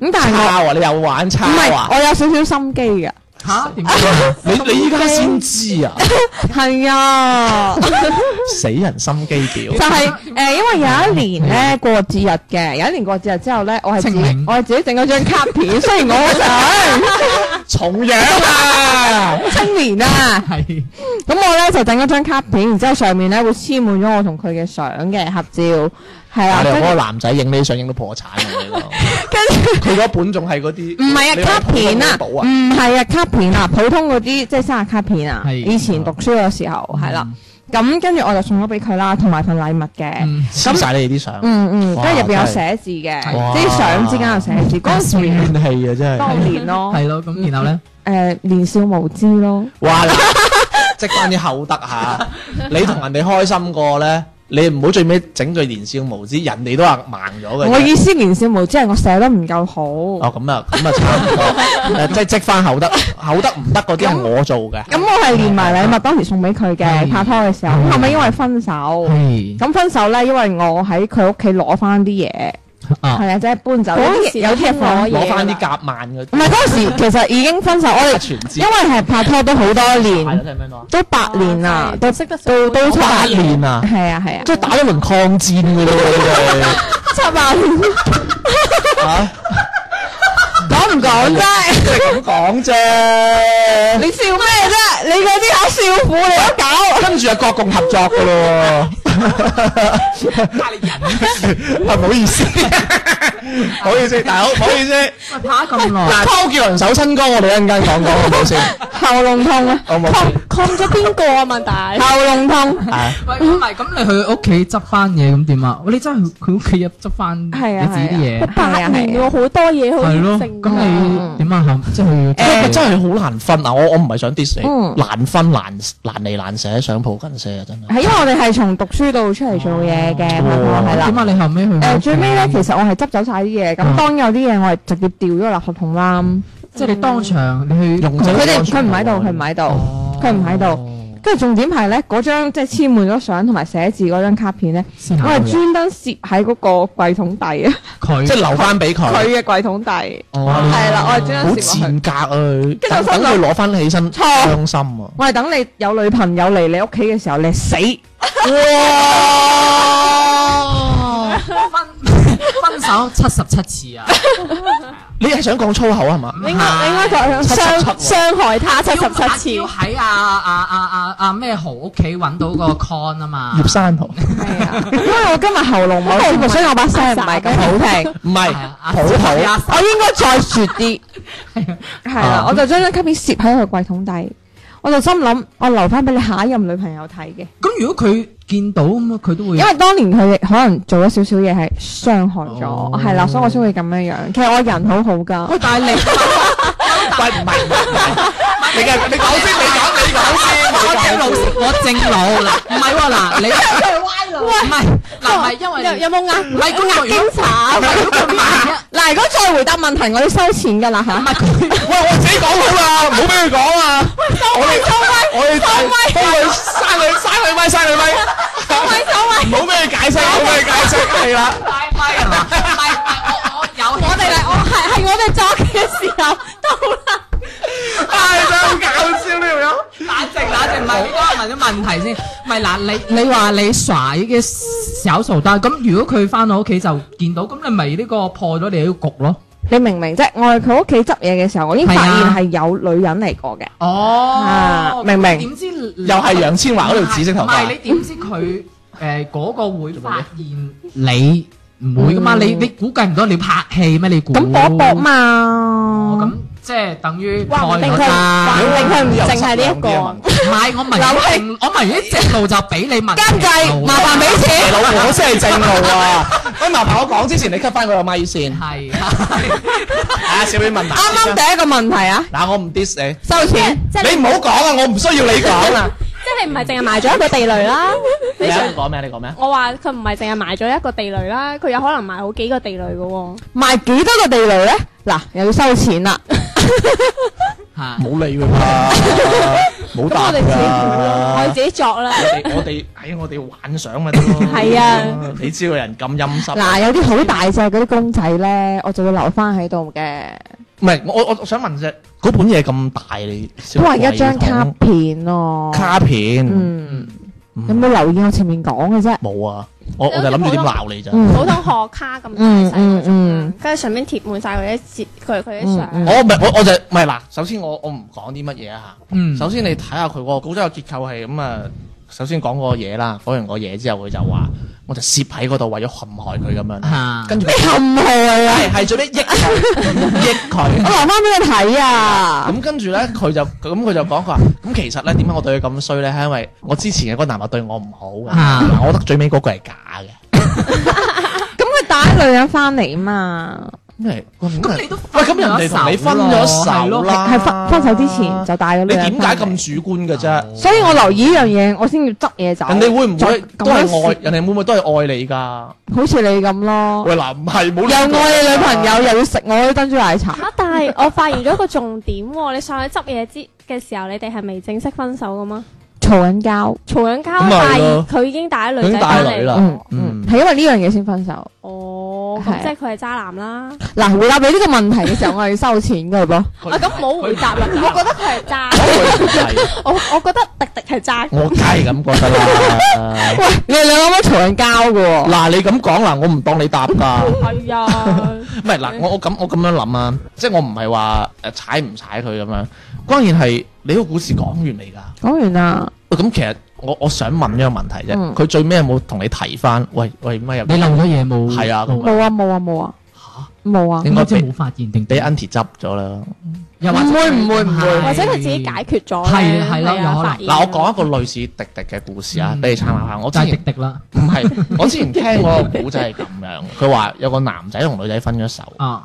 [SPEAKER 4] 咁但係我
[SPEAKER 1] 抄啊！你又玩抄
[SPEAKER 4] 唔
[SPEAKER 1] 啊
[SPEAKER 4] 係，我有少少心機㗎。
[SPEAKER 2] 嚇點解啊？
[SPEAKER 1] 你你依家先知啊！
[SPEAKER 4] 係啊，
[SPEAKER 1] 死人心機婊
[SPEAKER 4] 就。係誒，因為有一年咧過節日嘅，有一年過節日之後咧，我係自
[SPEAKER 2] 清
[SPEAKER 4] 己
[SPEAKER 2] 明
[SPEAKER 4] 我係自己整咗張卡片，雖然我好想，
[SPEAKER 1] 重樣 啊！
[SPEAKER 4] 青年啊！
[SPEAKER 2] 係
[SPEAKER 4] 咁我咧就整咗張卡片，然之後上面咧會黐滿咗我同佢嘅相嘅合照，係啊啦，
[SPEAKER 1] 我哋嗰
[SPEAKER 4] 跟
[SPEAKER 1] 個
[SPEAKER 4] 住
[SPEAKER 1] 男仔影呢啲相影到破產啊！你講
[SPEAKER 4] 跟住
[SPEAKER 1] 佢嗰本仲係嗰啲
[SPEAKER 4] 唔係啊卡片啊，
[SPEAKER 1] 你話普通嗰啲簿啊
[SPEAKER 4] 唔係啊卡片啊，普通嗰啲即係生日卡片啊，
[SPEAKER 2] 係
[SPEAKER 4] 以前讀書嘅時候係啦，咁跟住我就送咗俾佢啦，同埋份禮物嘅。
[SPEAKER 2] 嗯
[SPEAKER 1] 黐晒你哋啲相，
[SPEAKER 4] 嗯嗯，
[SPEAKER 1] 哇
[SPEAKER 4] 跟住入邊
[SPEAKER 1] 真係
[SPEAKER 4] 有寫字嘅，
[SPEAKER 1] 哇
[SPEAKER 4] 即係相之間有寫字。嗰陣時係
[SPEAKER 1] 怨氣啊真係。
[SPEAKER 4] 當年咯，
[SPEAKER 2] 係咯，咁然後咧，
[SPEAKER 4] 誒年少無知咯，
[SPEAKER 1] 哇！ 嗱即翻啲厚德嚇，你同人哋開心過咧，你唔好最尾整句年少無知，人哋都話盲咗嘅啫。
[SPEAKER 4] 我意思年少無知係我寫得唔夠好
[SPEAKER 1] 哦，。咁啊，咁啊， 差唔多，誒即係積翻厚德，厚德唔得嗰啲係我做嘅。
[SPEAKER 4] 咁我係連埋禮物當時送俾佢嘅，
[SPEAKER 2] 係
[SPEAKER 4] 拍拖嘅時候，咁後尾因為分手，
[SPEAKER 2] 係
[SPEAKER 4] 咁分手咧，因為我喺佢屋企攞翻啲嘢，
[SPEAKER 2] 啊，
[SPEAKER 4] 係啊，即係搬走，有
[SPEAKER 3] 嗰陣
[SPEAKER 4] 啲
[SPEAKER 3] 時
[SPEAKER 4] 有啲嘢放
[SPEAKER 3] 已經攞
[SPEAKER 1] 攞翻啲夾萬嗰
[SPEAKER 4] 唔
[SPEAKER 1] 啲
[SPEAKER 4] 係嗰陣時，其實已經分手，我
[SPEAKER 1] 家
[SPEAKER 4] 哋
[SPEAKER 1] 傳之
[SPEAKER 4] 因為係拍拖都好多
[SPEAKER 1] 係咯，
[SPEAKER 4] 年，
[SPEAKER 1] 聽唔聽到啊？
[SPEAKER 4] 都八年啦，都
[SPEAKER 3] 識得
[SPEAKER 4] 都都七
[SPEAKER 1] 八
[SPEAKER 4] 八年，
[SPEAKER 1] 年啊，
[SPEAKER 4] 哦係啊係啊，
[SPEAKER 1] 即係打咗輪抗戰嘅咯喎，
[SPEAKER 4] 七八年。
[SPEAKER 1] 你哋嚇，
[SPEAKER 4] 講唔講啫？
[SPEAKER 1] 即係咁講啫。
[SPEAKER 4] 你笑咩啫？你嗰啲嚇笑婦你都搞，
[SPEAKER 1] 跟住啊，國共合作嘅咯喎，壓力人，唔好意 思，唔好意思，大佬，唔好意思。
[SPEAKER 2] 拍咗咁耐，
[SPEAKER 1] 嗱，周杰倫首新歌，我哋一陣間講講好唔 好先？
[SPEAKER 4] 喉嚨痛啊，
[SPEAKER 1] 好唔好先？
[SPEAKER 3] 抗咗邊個 啊？問題
[SPEAKER 4] 喉嚨痛。
[SPEAKER 1] 啊，
[SPEAKER 2] 喂，唔係咁你去屋企執翻嘢咁點啊？喂你真係去佢屋企入執翻你自
[SPEAKER 4] 係啊
[SPEAKER 2] 己啲嘢，
[SPEAKER 4] à.
[SPEAKER 3] 八年喎，好多嘢好
[SPEAKER 2] 係咯，
[SPEAKER 3] 正
[SPEAKER 2] 咁你點啊？即係
[SPEAKER 1] 不過真係好難分啊！我我唔係想 diss 你，
[SPEAKER 4] 嗯
[SPEAKER 1] 難分難難離難捨，想抱緊些啊！真係
[SPEAKER 4] 係因為我哋係從讀書到出嚟做嘢嘅，拍拖係啦
[SPEAKER 2] 點。啊？你後尾去
[SPEAKER 4] 誒最尾咧，其
[SPEAKER 2] 實
[SPEAKER 4] 實我係執走晒啲嘢，咁當然有啲嘢我係直接掉咗落合同啦。嗯
[SPEAKER 2] 即係你當場你哦去
[SPEAKER 1] 用
[SPEAKER 4] 佢哋
[SPEAKER 1] 走
[SPEAKER 4] 佢唔喺度，佢唔喺度，佢唔喺度。跟住重點係咧，嗰張即係黐滿咗相同埋寫字嗰張卡片咧，
[SPEAKER 2] 先
[SPEAKER 4] 我
[SPEAKER 2] 行
[SPEAKER 4] 係
[SPEAKER 2] 去
[SPEAKER 4] 專登攝喺嗰個櫃桶底啊，
[SPEAKER 2] 佢
[SPEAKER 1] 即係留翻俾佢，
[SPEAKER 4] 佢嘅櫃桶底係
[SPEAKER 1] 哦
[SPEAKER 4] 啦，我係專
[SPEAKER 1] 好
[SPEAKER 4] 登攝落
[SPEAKER 1] 賤
[SPEAKER 4] 去。
[SPEAKER 1] 格啊！佢
[SPEAKER 4] 跟住我
[SPEAKER 1] 等
[SPEAKER 4] 心諗
[SPEAKER 1] 等佢攞翻起身，
[SPEAKER 4] 錯
[SPEAKER 1] 傷心啊！
[SPEAKER 4] 我係等你有女朋友嚟你屋企嘅時候，你死。
[SPEAKER 1] 哇！
[SPEAKER 2] 分手七十七次啊！
[SPEAKER 1] 你係想講粗口係嘛？
[SPEAKER 3] 你應該應該講傷傷害他七十七
[SPEAKER 2] 要
[SPEAKER 3] 次，
[SPEAKER 2] 喺阿阿阿阿阿咩豪屋企揾到個 con 啊嘛，
[SPEAKER 1] 葉山豪唔
[SPEAKER 4] 係啊，因為我今日喉嚨冇舒服，所以我把聲唔係咁好聽。
[SPEAKER 1] 係
[SPEAKER 2] 係啊
[SPEAKER 1] 普普
[SPEAKER 2] 阿
[SPEAKER 4] 我應該再説啲。係啦，我就將張卡片攝喺佢櫃桶底，我就心諗我留翻俾你下一任女朋友睇嘅，
[SPEAKER 2] 咁如果佢見到咁啊，佢都會
[SPEAKER 4] 因為當年佢可能做咗少少嘢係傷害
[SPEAKER 2] 哦
[SPEAKER 4] 咗，係啦，所以我先會咁樣樣。其實我人好好㗎，
[SPEAKER 2] 喂，但 係你
[SPEAKER 1] 喂唔係唔係唔係，
[SPEAKER 2] 啊
[SPEAKER 1] 你嘅你講先，你講你講
[SPEAKER 2] 我
[SPEAKER 1] 先，你
[SPEAKER 2] 正
[SPEAKER 1] 講
[SPEAKER 2] 路，我正路嗱，唔係喎嗱，你係歪路，唔係嗱，唔係因
[SPEAKER 3] 有
[SPEAKER 2] 為
[SPEAKER 3] 有冇呃？
[SPEAKER 2] 唔係工作員，
[SPEAKER 4] 警察。嗱，如果再回答問題，我要收錢㗎啦嚇。
[SPEAKER 1] 喂我自己講好啦，唔好俾佢講啊！我哋我哋幫佢刪佢刪佢咪刪佢咪，唔好俾佢解釋，唔好俾佢解釋，係啦。
[SPEAKER 2] 大咪係嘛？唔係唔係，我我有
[SPEAKER 3] 我哋嚟，我係係我哋作嘅時候到啦。
[SPEAKER 1] 唉，真係好搞笑呢條友。
[SPEAKER 2] 打直打直，唔係應該問咗問題先。唔係嗱，你你話你甩嘅小手單，咁如果佢翻到屋企就見到，咁你咪呢個破咗你呢個局咯。
[SPEAKER 4] 你明唔明啫？我喺佢屋企執嘢嘅時候，我已經發
[SPEAKER 2] 係啊
[SPEAKER 4] 現係有女人嚟過嘅。
[SPEAKER 2] 哦
[SPEAKER 4] 啊，明唔明
[SPEAKER 2] 點知
[SPEAKER 1] 又係楊千嬅嗰條紫色頭髮
[SPEAKER 2] 唔係你點知佢誒嗰個會發現你唔會噶嘛？
[SPEAKER 4] 嗯
[SPEAKER 2] 你你估計唔到你拍戲咩？你估
[SPEAKER 4] 咁搏一搏嘛。
[SPEAKER 2] 哦咁即係等於
[SPEAKER 3] 話唔定
[SPEAKER 2] 概率
[SPEAKER 3] 佢
[SPEAKER 2] 啦
[SPEAKER 3] 話唔定佢唔淨係呢一個
[SPEAKER 1] 有質量啲嘅問啊題
[SPEAKER 2] 唔係我問
[SPEAKER 4] 劉希
[SPEAKER 2] 正，我問完直路就俾你問
[SPEAKER 4] 監製，麻煩俾
[SPEAKER 1] 誒
[SPEAKER 4] 錢。
[SPEAKER 1] 老婆我先係正路啊！喂，麻煩我講之前，你 cut 翻佢個咪先。
[SPEAKER 2] 係
[SPEAKER 1] 啊，小妹問答
[SPEAKER 4] 啱啱
[SPEAKER 1] 先啦
[SPEAKER 4] 第一個問題啊，
[SPEAKER 1] 嗱，我唔 diss 你，
[SPEAKER 4] 收錢。
[SPEAKER 3] 即係
[SPEAKER 1] 你唔好講啊，我唔需要你講啊。
[SPEAKER 3] 即係唔係淨係埋咗一個地雷啦？
[SPEAKER 1] 你
[SPEAKER 3] 你
[SPEAKER 1] 想
[SPEAKER 3] 想
[SPEAKER 1] 講咩？你講咩？
[SPEAKER 3] 我話佢唔係淨係埋咗一個地雷啦，佢有可能埋好幾個地雷嘅喎。
[SPEAKER 4] 賣幾多個地雷咧？嗱，又要收錢啦。
[SPEAKER 2] 嚇
[SPEAKER 1] 冇理佢啦，
[SPEAKER 3] 咁
[SPEAKER 1] 冇
[SPEAKER 3] 我
[SPEAKER 1] 答
[SPEAKER 3] 哋自己估啦，
[SPEAKER 4] 啊
[SPEAKER 3] 我哋
[SPEAKER 1] 㗎。
[SPEAKER 3] 自己作啦。
[SPEAKER 1] 我哋我哋喺我哋幻想咪得咯。
[SPEAKER 3] 係啊，
[SPEAKER 1] 你知個人咁陰濕。
[SPEAKER 4] 嗱，有啲好大隻嗰啲公仔咧，我就會留翻喺度嘅，
[SPEAKER 1] 唔係我我我想問啫，嗰本嘢咁大，你
[SPEAKER 4] 都係一張卡片咯。
[SPEAKER 1] 卡片
[SPEAKER 4] 嗯，有冇留意我前面講嘅啫？
[SPEAKER 1] 冇啊？我我就諗住點鬧你咋。
[SPEAKER 4] 嗯
[SPEAKER 3] 普通學卡咁大
[SPEAKER 4] 嗯
[SPEAKER 3] 細
[SPEAKER 4] 嗯
[SPEAKER 3] 嗰種
[SPEAKER 4] 嗯
[SPEAKER 3] 啦，跟住上面貼滿晒佢啲字，佢佢啲相。
[SPEAKER 4] 嗯
[SPEAKER 1] 我唔係我我就唔係嗱，首先我我唔講啲乜嘢啊
[SPEAKER 2] 嗯
[SPEAKER 1] 嚇。首先你睇下佢個稿仔嘅結構係咁啊，首先講個嘢啦，講完個嘢之後佢就話我就攝喺嗰度為咗陷害佢咁樣，
[SPEAKER 2] 嚇
[SPEAKER 1] 跟住
[SPEAKER 4] 你冚佢啊！
[SPEAKER 1] 係係最尾益佢 益佢
[SPEAKER 4] 我。留翻俾你睇啊！
[SPEAKER 1] 咁跟住咧，佢就咁佢就講佢話，咁其實咧點解我對佢咁衰咧？係因為我之前嘅嗰個男嘅對我唔好嘅，
[SPEAKER 2] 啊
[SPEAKER 1] 嗱我覺得最尾嗰個係假嘅，
[SPEAKER 4] 咁佢打女人翻嚟嘛，
[SPEAKER 1] 因為
[SPEAKER 2] 咁
[SPEAKER 1] 咁
[SPEAKER 2] 你都
[SPEAKER 1] 喂咁人哋同你分咗
[SPEAKER 2] 係
[SPEAKER 1] 手
[SPEAKER 2] 咯
[SPEAKER 1] 啦，
[SPEAKER 4] 係分分手之前就帶咗
[SPEAKER 1] 啊你
[SPEAKER 4] 女人
[SPEAKER 1] 點解
[SPEAKER 4] 返嚟
[SPEAKER 1] 咁主觀嘅啫？
[SPEAKER 4] 所以我留意呢樣嘢，我先要執嘢走。
[SPEAKER 1] 人哋會唔會
[SPEAKER 4] 就
[SPEAKER 1] 都係
[SPEAKER 4] 咁樣
[SPEAKER 1] 愛？人哋會唔會都係愛你㗎？
[SPEAKER 4] 好似你咁咯，
[SPEAKER 1] 喂嗱，唔係冇
[SPEAKER 4] 哦又愛
[SPEAKER 1] 啊
[SPEAKER 4] 你女朋友，又要食我啲珍珠奶茶。
[SPEAKER 3] 啊！但係我發現咗一個重點喎，你上去執嘢之嘅時候，你哋係未正式分手噶嘛？
[SPEAKER 4] 嘈緊交，
[SPEAKER 3] 嘈緊交，啊
[SPEAKER 1] 咁咪
[SPEAKER 3] 但
[SPEAKER 1] 係咯
[SPEAKER 3] 係佢已經帶咗
[SPEAKER 1] 已
[SPEAKER 3] 女
[SPEAKER 1] 經
[SPEAKER 3] 仔
[SPEAKER 1] 帶
[SPEAKER 3] 翻
[SPEAKER 1] 女
[SPEAKER 3] 嚟。
[SPEAKER 1] 啦
[SPEAKER 4] 嗯，嗯，係因為呢樣嘢先分手。
[SPEAKER 3] 哦，
[SPEAKER 4] 係啊
[SPEAKER 3] 咁即係佢係渣男啦。
[SPEAKER 4] 嗱，回答你呢個問題嘅時候，我係要收錢噶 噃。
[SPEAKER 3] 啊，咁冇回答啦。我覺得佢係渣，
[SPEAKER 1] 係
[SPEAKER 3] 我我覺得迪迪係渣。
[SPEAKER 1] 我梗係咁覺得 啦。
[SPEAKER 4] 喂，你哋兩個都嘈緊交噶，
[SPEAKER 1] 嗱，你咁講嗱，我唔當你答㗎。
[SPEAKER 3] 係啊，
[SPEAKER 1] 唔係嗱，我我咁我咁樣諗啊，即係我唔係話誒踩唔踩佢咁樣，關鍵係你個故事講完未㗎？
[SPEAKER 4] 講完啦，
[SPEAKER 1] 喂咁其實我我想問一個問題啫，
[SPEAKER 4] 嗯
[SPEAKER 1] 佢、最尾有冇同你提翻？喂喂，乜入
[SPEAKER 2] 你漏咗嘢冇？
[SPEAKER 1] 係啊咁
[SPEAKER 4] 冇啊冇啊冇啊，冇啊
[SPEAKER 1] 你，
[SPEAKER 2] 應
[SPEAKER 1] 應該
[SPEAKER 2] 該即係
[SPEAKER 1] 俾
[SPEAKER 2] 冇發現定
[SPEAKER 1] 俾 Auntie 執咗啦？
[SPEAKER 2] 又或者
[SPEAKER 4] 唔會唔會唔會
[SPEAKER 2] 係
[SPEAKER 3] 或者佢自己解決咗
[SPEAKER 2] 係
[SPEAKER 3] 咧，
[SPEAKER 2] 係咯
[SPEAKER 3] 係
[SPEAKER 2] 有可能
[SPEAKER 3] 啊發現
[SPEAKER 1] 嗱，我講一個類似迪迪嘅故事啊，
[SPEAKER 2] 嗯
[SPEAKER 1] 俾、你參考下。我
[SPEAKER 2] 就
[SPEAKER 1] 之
[SPEAKER 2] 係
[SPEAKER 1] 前
[SPEAKER 2] 滴滴啦。
[SPEAKER 1] 唔係，我之前聽過個古仔係咁樣，佢話有個男仔同女仔分咗手，
[SPEAKER 2] 啊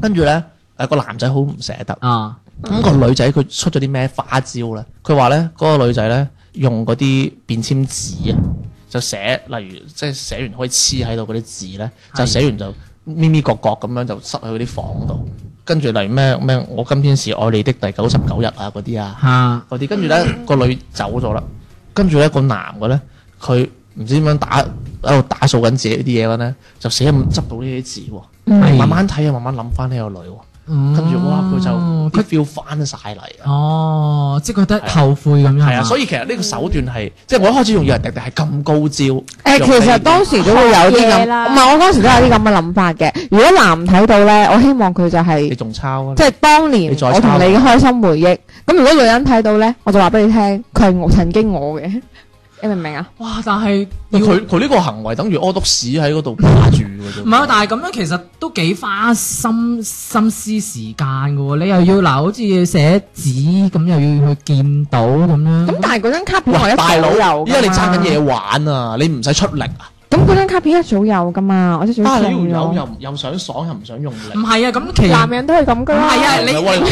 [SPEAKER 1] 跟住咧誒個男仔好唔捨得，
[SPEAKER 2] 啊
[SPEAKER 1] 咁、個女仔佢出咗啲咩花招咧？佢話咧嗰個女仔咧用嗰啲便簽紙啊，就寫例如即係寫完可以黐喺度嗰啲字咧，就
[SPEAKER 2] 係
[SPEAKER 1] 寫完就咪咪角角咁樣就塞去嗰啲房度，跟住例如咩咩我今天是愛你的第九十九日啊嗰啲啊。
[SPEAKER 2] 嚇
[SPEAKER 1] 嗰啲，跟住咧個女走咗啦，跟住咧個男嘅咧，佢唔知點樣打喺度打掃緊自己啲嘢咧，就死咁執到呢啲字喎，
[SPEAKER 2] 係
[SPEAKER 4] 嗯
[SPEAKER 1] 慢慢睇啊，慢慢諗翻呢個女喎，跟住哇佢
[SPEAKER 2] 哦
[SPEAKER 1] 就
[SPEAKER 2] 佢
[SPEAKER 1] 佢 feel 翻晒嚟啊，
[SPEAKER 2] 哦，即係覺得後悔咁樣
[SPEAKER 4] 嗯
[SPEAKER 1] 係啊，所
[SPEAKER 2] 以
[SPEAKER 1] 以其實呢個手段係，即係我一開始仲以為迪迪係咁高招，
[SPEAKER 4] 誒，
[SPEAKER 1] 用
[SPEAKER 4] 其
[SPEAKER 1] 呢
[SPEAKER 4] 實
[SPEAKER 1] 啲
[SPEAKER 4] 當時都會有啲
[SPEAKER 3] 學
[SPEAKER 4] 咁，
[SPEAKER 3] 嘢啦
[SPEAKER 4] 唔係我當時都有啲咁嘅諗法嘅。如果男睇到咧，我希望佢就係
[SPEAKER 1] 你仲抄啊，
[SPEAKER 4] 即係當年
[SPEAKER 1] 你再
[SPEAKER 4] 我同
[SPEAKER 1] 抄
[SPEAKER 4] 你嘅開心回憶。咁如果女人睇到咧，我就話俾你聽，佢係我曾經我嘅， 你明唔明啊？
[SPEAKER 2] 哇，但係要
[SPEAKER 1] 佢佢呢個行為等於屙督屎喺嗰度打住嘅啫，
[SPEAKER 2] 唔係，但係咁樣其實都幾花心心思時間嘅喎，你又要嗱，好似寫紙咁，又要去見到咁樣。
[SPEAKER 4] 咁但係嗰張卡片我一
[SPEAKER 1] 喂
[SPEAKER 4] 早
[SPEAKER 1] 大佬
[SPEAKER 4] 有，
[SPEAKER 1] 依家你爭緊嘢玩啊，你唔使出力啊，
[SPEAKER 4] 咁嗰張卡片一早有噶嘛，我一早
[SPEAKER 1] 啊你
[SPEAKER 4] 送
[SPEAKER 1] 要有
[SPEAKER 4] 咗。
[SPEAKER 1] 又又想爽又唔想用力
[SPEAKER 2] 唔。係啊，咁其實
[SPEAKER 3] 男人都係咁噶
[SPEAKER 2] 唔
[SPEAKER 3] 啦。
[SPEAKER 2] 係啊，你
[SPEAKER 1] 唔係
[SPEAKER 2] 唔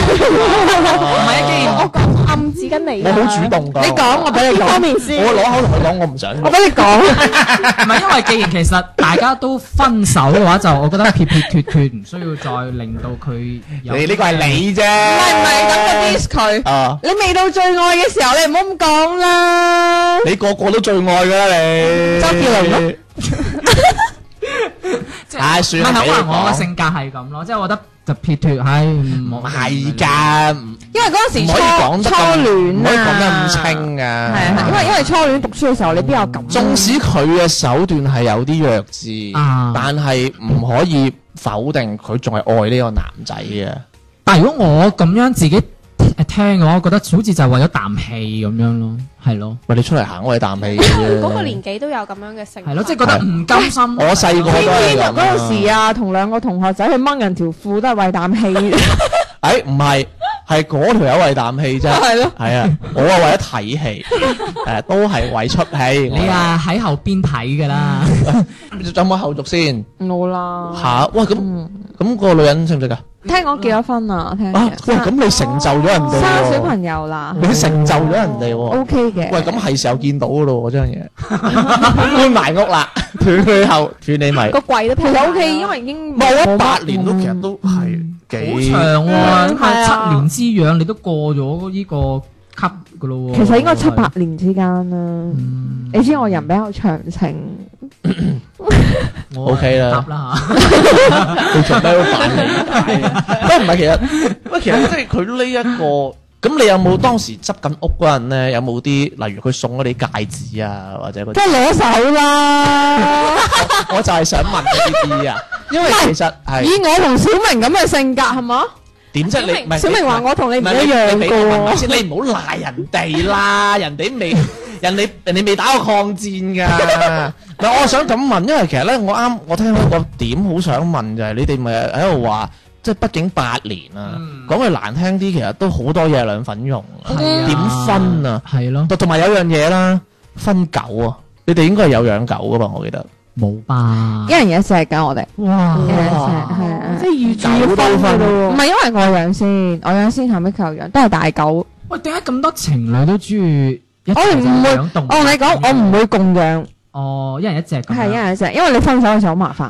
[SPEAKER 1] 喂
[SPEAKER 2] 係啊，既然
[SPEAKER 3] 我講暗指緊你
[SPEAKER 1] 我
[SPEAKER 3] 啊。
[SPEAKER 1] 好主動㗎。
[SPEAKER 4] 你講我俾你
[SPEAKER 3] 方
[SPEAKER 4] 講，
[SPEAKER 3] 面先。
[SPEAKER 1] 我攞口同佢講，我唔想。
[SPEAKER 4] 我俾你講，
[SPEAKER 2] 唔係因為既然其實大家都分手嘅話，就我覺得撇撇脱脱，唔需要再令到佢有。
[SPEAKER 1] 個係你啫，
[SPEAKER 4] 唔係唔係咁我 diss 佢。
[SPEAKER 1] 啊！
[SPEAKER 4] 你未到最愛嘅時候，你唔好咁講啦。
[SPEAKER 1] 你個個都最愛㗎啦，你
[SPEAKER 4] 周杰倫咯
[SPEAKER 2] 即係
[SPEAKER 1] 唉，算
[SPEAKER 2] 唔
[SPEAKER 1] 啦，
[SPEAKER 2] 係可能我嘅
[SPEAKER 1] 俾
[SPEAKER 2] 性格係咁咯，即係我覺得就撇脱，唉，唔好
[SPEAKER 1] 你講係㗎，唔
[SPEAKER 4] 因為嗰陣時
[SPEAKER 1] 唔
[SPEAKER 4] 初
[SPEAKER 1] 可以講得
[SPEAKER 4] 初
[SPEAKER 1] 咁唔
[SPEAKER 4] 戀
[SPEAKER 1] 可以講得
[SPEAKER 4] 啊，
[SPEAKER 1] 咁清
[SPEAKER 4] 係
[SPEAKER 1] 啊。
[SPEAKER 4] 啊，係因為因為初戀讀書嘅時候，你邊有咁？
[SPEAKER 1] 縱使佢嘅手段係有啲弱智，
[SPEAKER 2] 啊
[SPEAKER 1] 但係唔可以否定佢仲係愛呢個男仔嘅。
[SPEAKER 2] 但係如果我咁樣自己誒聽嘅話，我覺得好似就係為咗啖氣咁樣咯，係咯，
[SPEAKER 1] 喂，你出嚟行開啖氣啫。
[SPEAKER 3] 嗰個年紀都有咁樣嘅性格。
[SPEAKER 2] 係咯，即係覺得唔甘心。
[SPEAKER 1] 我細個
[SPEAKER 4] 天
[SPEAKER 1] 都係
[SPEAKER 4] 天
[SPEAKER 1] 咁
[SPEAKER 4] 啊嗰陣時啊，同兩個同學仔去掹人條褲都係為啖氣，
[SPEAKER 1] 诶，哎唔係，係嗰條友為啖氣啫。
[SPEAKER 4] 係咯。
[SPEAKER 1] 係啊，我啊為咗睇戲， 诶都係嗯為出戲。
[SPEAKER 2] 你啊喺後邊睇㗎啦，
[SPEAKER 1] 我，有冇後續先？
[SPEAKER 4] 冇啦。
[SPEAKER 1] 吓，喂，咁
[SPEAKER 4] 哦嗯，
[SPEAKER 1] 咁個女人識唔識啊？
[SPEAKER 4] 聽講結咗婚啦，聽
[SPEAKER 1] 啊，
[SPEAKER 4] 嘅
[SPEAKER 1] 喂，咁你成就咗人哋，
[SPEAKER 4] 生小，朋友啦
[SPEAKER 1] 你成就咗人哋喎。
[SPEAKER 4] ，OK 嘅。
[SPEAKER 1] 哦喂，咁係時候見到噶咯喎，張嘢 搬埋屋啦，斷佢後斷你咪
[SPEAKER 3] 個。櫃都
[SPEAKER 4] 其
[SPEAKER 3] 平
[SPEAKER 4] 實 OK，因為已經
[SPEAKER 1] 冇一八
[SPEAKER 4] 乜
[SPEAKER 1] 年都其實都係
[SPEAKER 2] 好
[SPEAKER 1] 幾
[SPEAKER 2] 長啊喎，
[SPEAKER 3] 嗯係啊
[SPEAKER 2] 七年之癢，你都過咗呢個級㗎咯喎。
[SPEAKER 4] 其實應該七八年之間啦。
[SPEAKER 2] 嗯
[SPEAKER 4] 你知我人比較長情，
[SPEAKER 2] 我
[SPEAKER 1] OK 啦
[SPEAKER 2] 答啦嚇。
[SPEAKER 1] 啊佢做咩都扮你，都唔係其實，喂，其實即係佢呢一個咁你有冇當時執緊屋嗰陣咧，有冇啲例如佢送咗你戒指啊，或者嗰啲
[SPEAKER 4] 梗？ 係攞手啦！
[SPEAKER 1] 我就係想問呢啲啊，因為其實
[SPEAKER 4] 以
[SPEAKER 1] 係
[SPEAKER 4] 我同小明咁嘅性格係嘛？
[SPEAKER 1] 點啫？你唔係
[SPEAKER 4] 小明話我同你唔
[SPEAKER 1] 係
[SPEAKER 4] 一樣
[SPEAKER 1] 你俾我問埋
[SPEAKER 4] 㗎
[SPEAKER 1] 先，你唔好賴人哋啦，人哋未人哋人哋未打過抗戰㗎。唔係，我想咁問，因為其實咧，我啱我聽到個點好想問就係你哋咪喺度話，即係畢竟八年啊
[SPEAKER 2] 嗯，
[SPEAKER 1] 講句難聽啲，其實都好多嘢兩份用啊，
[SPEAKER 2] 係啊
[SPEAKER 1] 點分啊？
[SPEAKER 2] 係咯，
[SPEAKER 1] 同埋有樣嘢啦，分狗啊，你哋應該係有養狗㗎嘛？我記得。
[SPEAKER 2] 冇吧
[SPEAKER 4] 一？人一隻㗎，我哋
[SPEAKER 2] 哇
[SPEAKER 4] 一！人一隻係啊。
[SPEAKER 2] 即係預
[SPEAKER 1] 狗都分
[SPEAKER 4] 唔係因為我養先，我養先，後尾佢又養，都係大狗。
[SPEAKER 2] 喂，點解咁多情侶都中意嗯一
[SPEAKER 4] 我哋
[SPEAKER 2] 齊就
[SPEAKER 4] 唔會，
[SPEAKER 2] 養動物嗯
[SPEAKER 4] 我同你講，我唔會共養，
[SPEAKER 2] 哦，一人一隻咁樣。
[SPEAKER 4] 係一人一隻，因為你分手嘅時候好麻煩。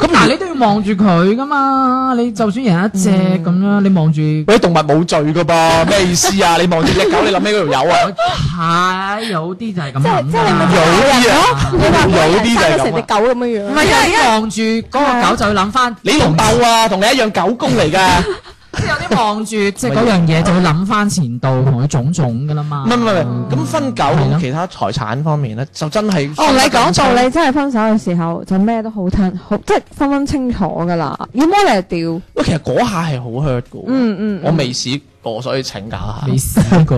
[SPEAKER 2] 咁但係你都要望住佢噶嘛？你就算人一隻咁樣，你望住
[SPEAKER 1] 喂，動物冇罪噶噃，咩意思啊？你望住只狗，你諗起嗰條友啊？
[SPEAKER 2] 係有啲就係咁諗
[SPEAKER 3] 即係你咪
[SPEAKER 2] 啦
[SPEAKER 1] 有啲啊，
[SPEAKER 3] 你話
[SPEAKER 1] 有
[SPEAKER 3] 嗰
[SPEAKER 1] 啲
[SPEAKER 3] 人生咗
[SPEAKER 1] 就係咁
[SPEAKER 3] 成隻
[SPEAKER 1] 啊。
[SPEAKER 3] 狗咁樣
[SPEAKER 2] 唔
[SPEAKER 3] 樣，
[SPEAKER 2] 係因為望住嗰個狗就會諗翻
[SPEAKER 1] 你老豆啊，同你一樣狗公嚟噶。
[SPEAKER 2] 即係有啲望住即係嗰樣嘢就會諗翻前度同佢種種噶啦嘛。
[SPEAKER 1] 唔係唔係唔係，咁分狗
[SPEAKER 2] 係咯
[SPEAKER 1] 咁其他財產方面咧，就真係
[SPEAKER 4] 我同你講道理，真係分手嘅時候就咩都好吞，好即係分分清楚㗎啦。要麼你係掉，
[SPEAKER 1] 喂，其實嗰下係好 hurt 噶。
[SPEAKER 4] 嗯嗯，
[SPEAKER 1] 我未試過，所以請教下。
[SPEAKER 2] 未試 過，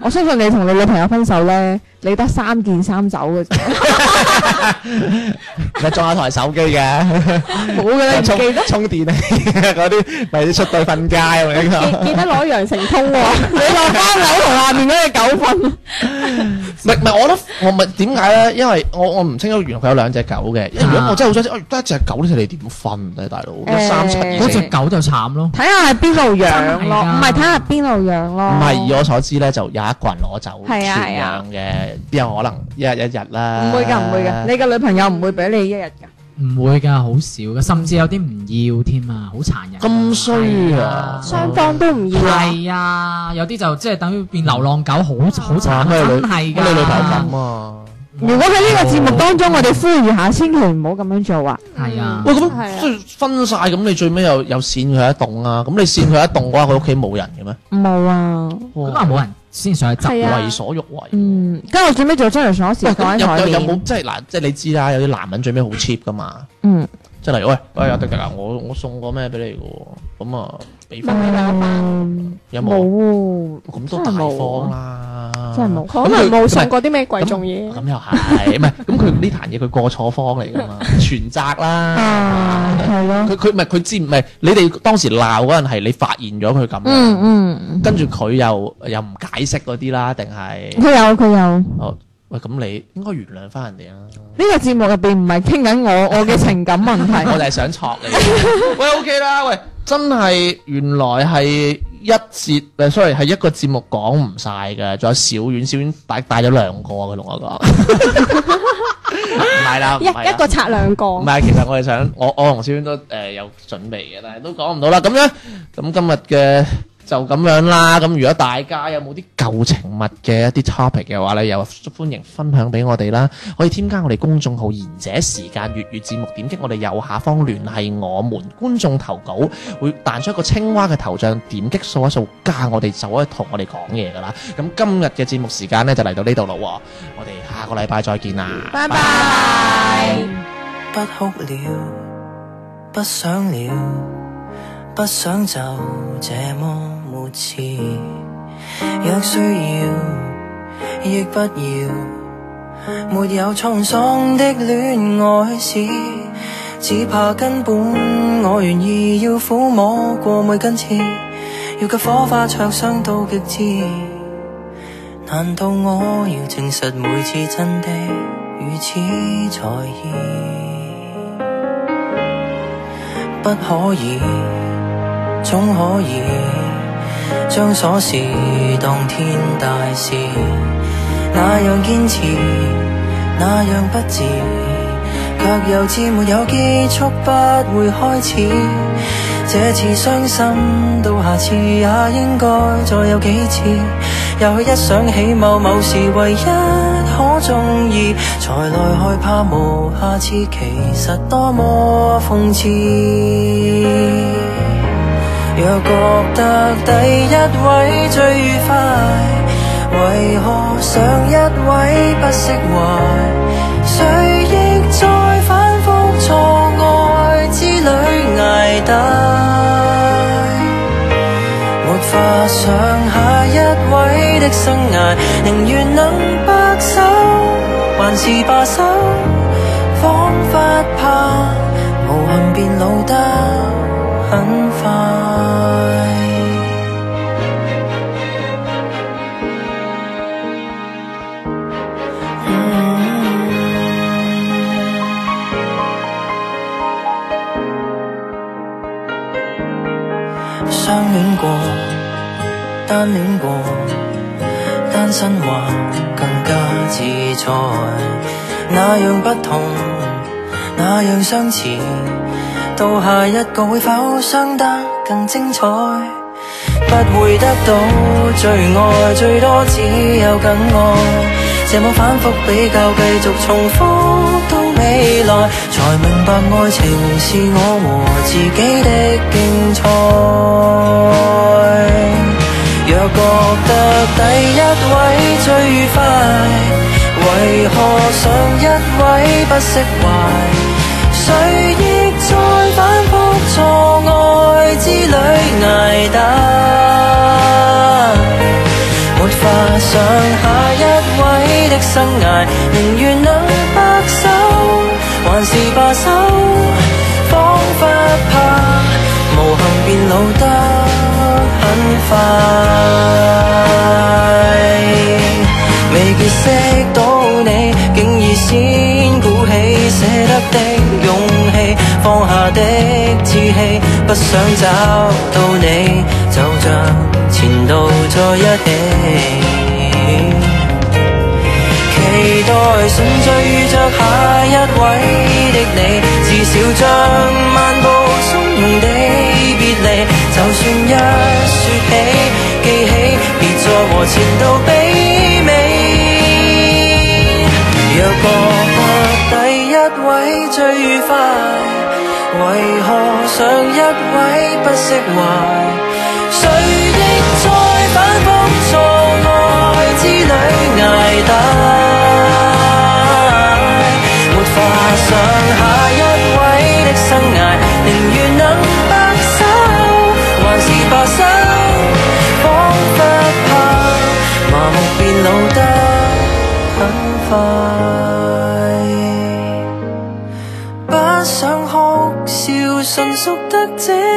[SPEAKER 4] 我相信你同你女朋友分手咧，你得三件衫走嘅啫，
[SPEAKER 1] 咪裝下台手機嘅，
[SPEAKER 4] 冇嘅啦，唔
[SPEAKER 1] 充
[SPEAKER 4] 記得。
[SPEAKER 1] 充電器嗰啲，咪出對瞓街我呢個。
[SPEAKER 3] 記記得攞羊城通喎。
[SPEAKER 4] 你落翻樓同下面嗰只狗瞓，
[SPEAKER 1] 唔係唔係，我覺得我咪點解咧？因為我我唔清楚原來佢有兩隻狗嘅。因為如果我真係好想知，哎得一隻狗呢，你點分咧，大佬？一三七二
[SPEAKER 2] 嗰只
[SPEAKER 1] 四
[SPEAKER 2] 狗就慘咯。
[SPEAKER 4] 睇下係邊度養
[SPEAKER 2] 真係
[SPEAKER 4] 咯，
[SPEAKER 2] 㗎
[SPEAKER 4] 唔係睇下邊度養咯。
[SPEAKER 1] 唔係，以我所知咧，就有一個人攞走全
[SPEAKER 4] 係啊係
[SPEAKER 1] 養
[SPEAKER 4] 啊
[SPEAKER 1] 嘅，邊有可能一日一日啦？
[SPEAKER 4] 唔會㗎，唔會㗎，你嘅女朋友唔會俾你一日㗎。
[SPEAKER 2] 唔會㗎，好少嘅，甚至有啲唔要添啊，好殘忍。
[SPEAKER 1] 咁衰啊
[SPEAKER 3] 雙方都唔要啊！
[SPEAKER 2] 係啊，有啲就即係等於變流浪狗，好好
[SPEAKER 1] 哇！
[SPEAKER 2] 慘，
[SPEAKER 1] 咩女
[SPEAKER 2] 真係㗎。
[SPEAKER 1] 咩女朋友咁啊？
[SPEAKER 4] 如果喺呢個節目當中，我哋呼籲下，千祈唔好咁樣做啊！
[SPEAKER 2] 係啊
[SPEAKER 1] 喂，，
[SPEAKER 3] 係啊
[SPEAKER 1] 咁即係分晒，咁你最尾又又跣佢一棟啊？咁你跣佢一棟嘅話，佢屋企冇人嘅咩？
[SPEAKER 4] 冇啊，
[SPEAKER 2] 咁啊冇人先上去執
[SPEAKER 3] 係啊
[SPEAKER 1] 為所欲為。
[SPEAKER 4] 嗯，跟住我最尾做真人鎖
[SPEAKER 1] 喂
[SPEAKER 4] 匙放
[SPEAKER 1] 咁
[SPEAKER 4] 喺台
[SPEAKER 1] 有有有
[SPEAKER 4] 面，
[SPEAKER 1] 冇即係嗱？即係你知啦，有啲男人最尾好 cheap 噶嘛。
[SPEAKER 4] 嗯，
[SPEAKER 1] 真係喂喂阿迪迪啊！我我送過咩俾你嘅喎？咁啊，俾翻你啦，
[SPEAKER 4] 嗯
[SPEAKER 1] 有冇？
[SPEAKER 4] 冇，
[SPEAKER 1] 咁都
[SPEAKER 4] 真
[SPEAKER 1] 大
[SPEAKER 4] 係冇
[SPEAKER 1] 方
[SPEAKER 4] 啊，
[SPEAKER 1] 啦，
[SPEAKER 4] 真係冇。
[SPEAKER 3] 可能冇送過啲咩貴重嘢，
[SPEAKER 1] 咁又係，唔係咁佢呢壇嘢佢過錯方嚟 㗎嘛，全責啦。
[SPEAKER 4] 啊，係咯，
[SPEAKER 1] 佢佢唔係佢知唔係你哋當時鬧嗰陣係你發現咗佢咁樣，
[SPEAKER 4] 嗯嗯，
[SPEAKER 1] 跟住佢又又唔解釋嗰啲啦，定 係
[SPEAKER 4] 佢有佢有。
[SPEAKER 1] 哦喂咁你應該原諒翻人哋啊啦。
[SPEAKER 4] 呢個節目入邊唔係傾緊我我嘅情感問題，
[SPEAKER 1] 我就係想戳你。喂，OK 啦，喂，真係原來係一節誒，sorry 係一個節目講唔晒嘅，仲有小丸，小丸帶帶咗兩個嘅，同我講。唔係啦，唔
[SPEAKER 3] 一
[SPEAKER 1] 係啊啦
[SPEAKER 3] 一個拆兩個
[SPEAKER 1] 唔。係，其實我哋想，我我同小娟都誒、呃有準備嘅，但係都講唔到啦。咁樣，咁今日嘅就咁樣啦。咁如果大家有冇啲舊情物嘅一啲 topic 嘅話咧，又歡迎分享俾我哋啦。可以添加我哋公眾號賢者時間粵語節目，點擊我哋右下方聯繫我們觀眾投稿，會彈出一個青蛙嘅頭像，點擊掃一掃加我哋就可以同我哋講嘢噶啦。咁今日嘅節目時間咧就嚟到呢度咯喎，我哋下個禮拜再見啦，拜拜。
[SPEAKER 7] 不哭了，不想了，不想就這麼沒刺。若需要，亦不要，沒有滄桑的戀愛史，只怕根本我願意要撫摸過每根刺，要嘅火花灼傷到極致。難道我要證實每次真的如此在意？不可以，總可以將瑣事當天大事，那樣堅持，那樣不智，卻又知沒有結束不會開始。這次傷心，到下次也應該再有幾次。也許一想起某某事，唯一可中意，才來害怕無下次，其實多麼諷刺。若覺得第一位最愉快，為何上一位不釋懷？誰亦在反覆錯愛之旅捱大。沒法想下一位的生涯，寧願能白首，還是罷手，彷彿怕無憾變老得很快。相戀過，單戀過，單身或更加自在。那樣不同，那樣相似，到下一個會否相得更精彩？不會得到最愛，最多只有更愛。這麼反覆比較，繼續重複到未來，才明白愛情是我和自己的競賽。若覺得第一位最愉快，為何上一位不釋懷？誰亦在反覆錯愛之旅捱打，沒法想下一位的生涯，寧願能白首，還是罷手，彷彿怕無憾變老得很快。未結識到你，竟已先鼓起捨得的勇氣，放下的志氣，不想找到你，就像前度在一起。期待順序遇着下一位的你，至少將漫步鬆容地別離。就算一説起，記起，別再和前度比美。若覺得第一位最愉快，為何上一位不釋懷？誰亦在反覆錯愛之旅捱打，沒法想下一位的生涯，寧願能白首，還是罷手，彷彿怕麻木變老得很快。不想哭，笑，純屬得這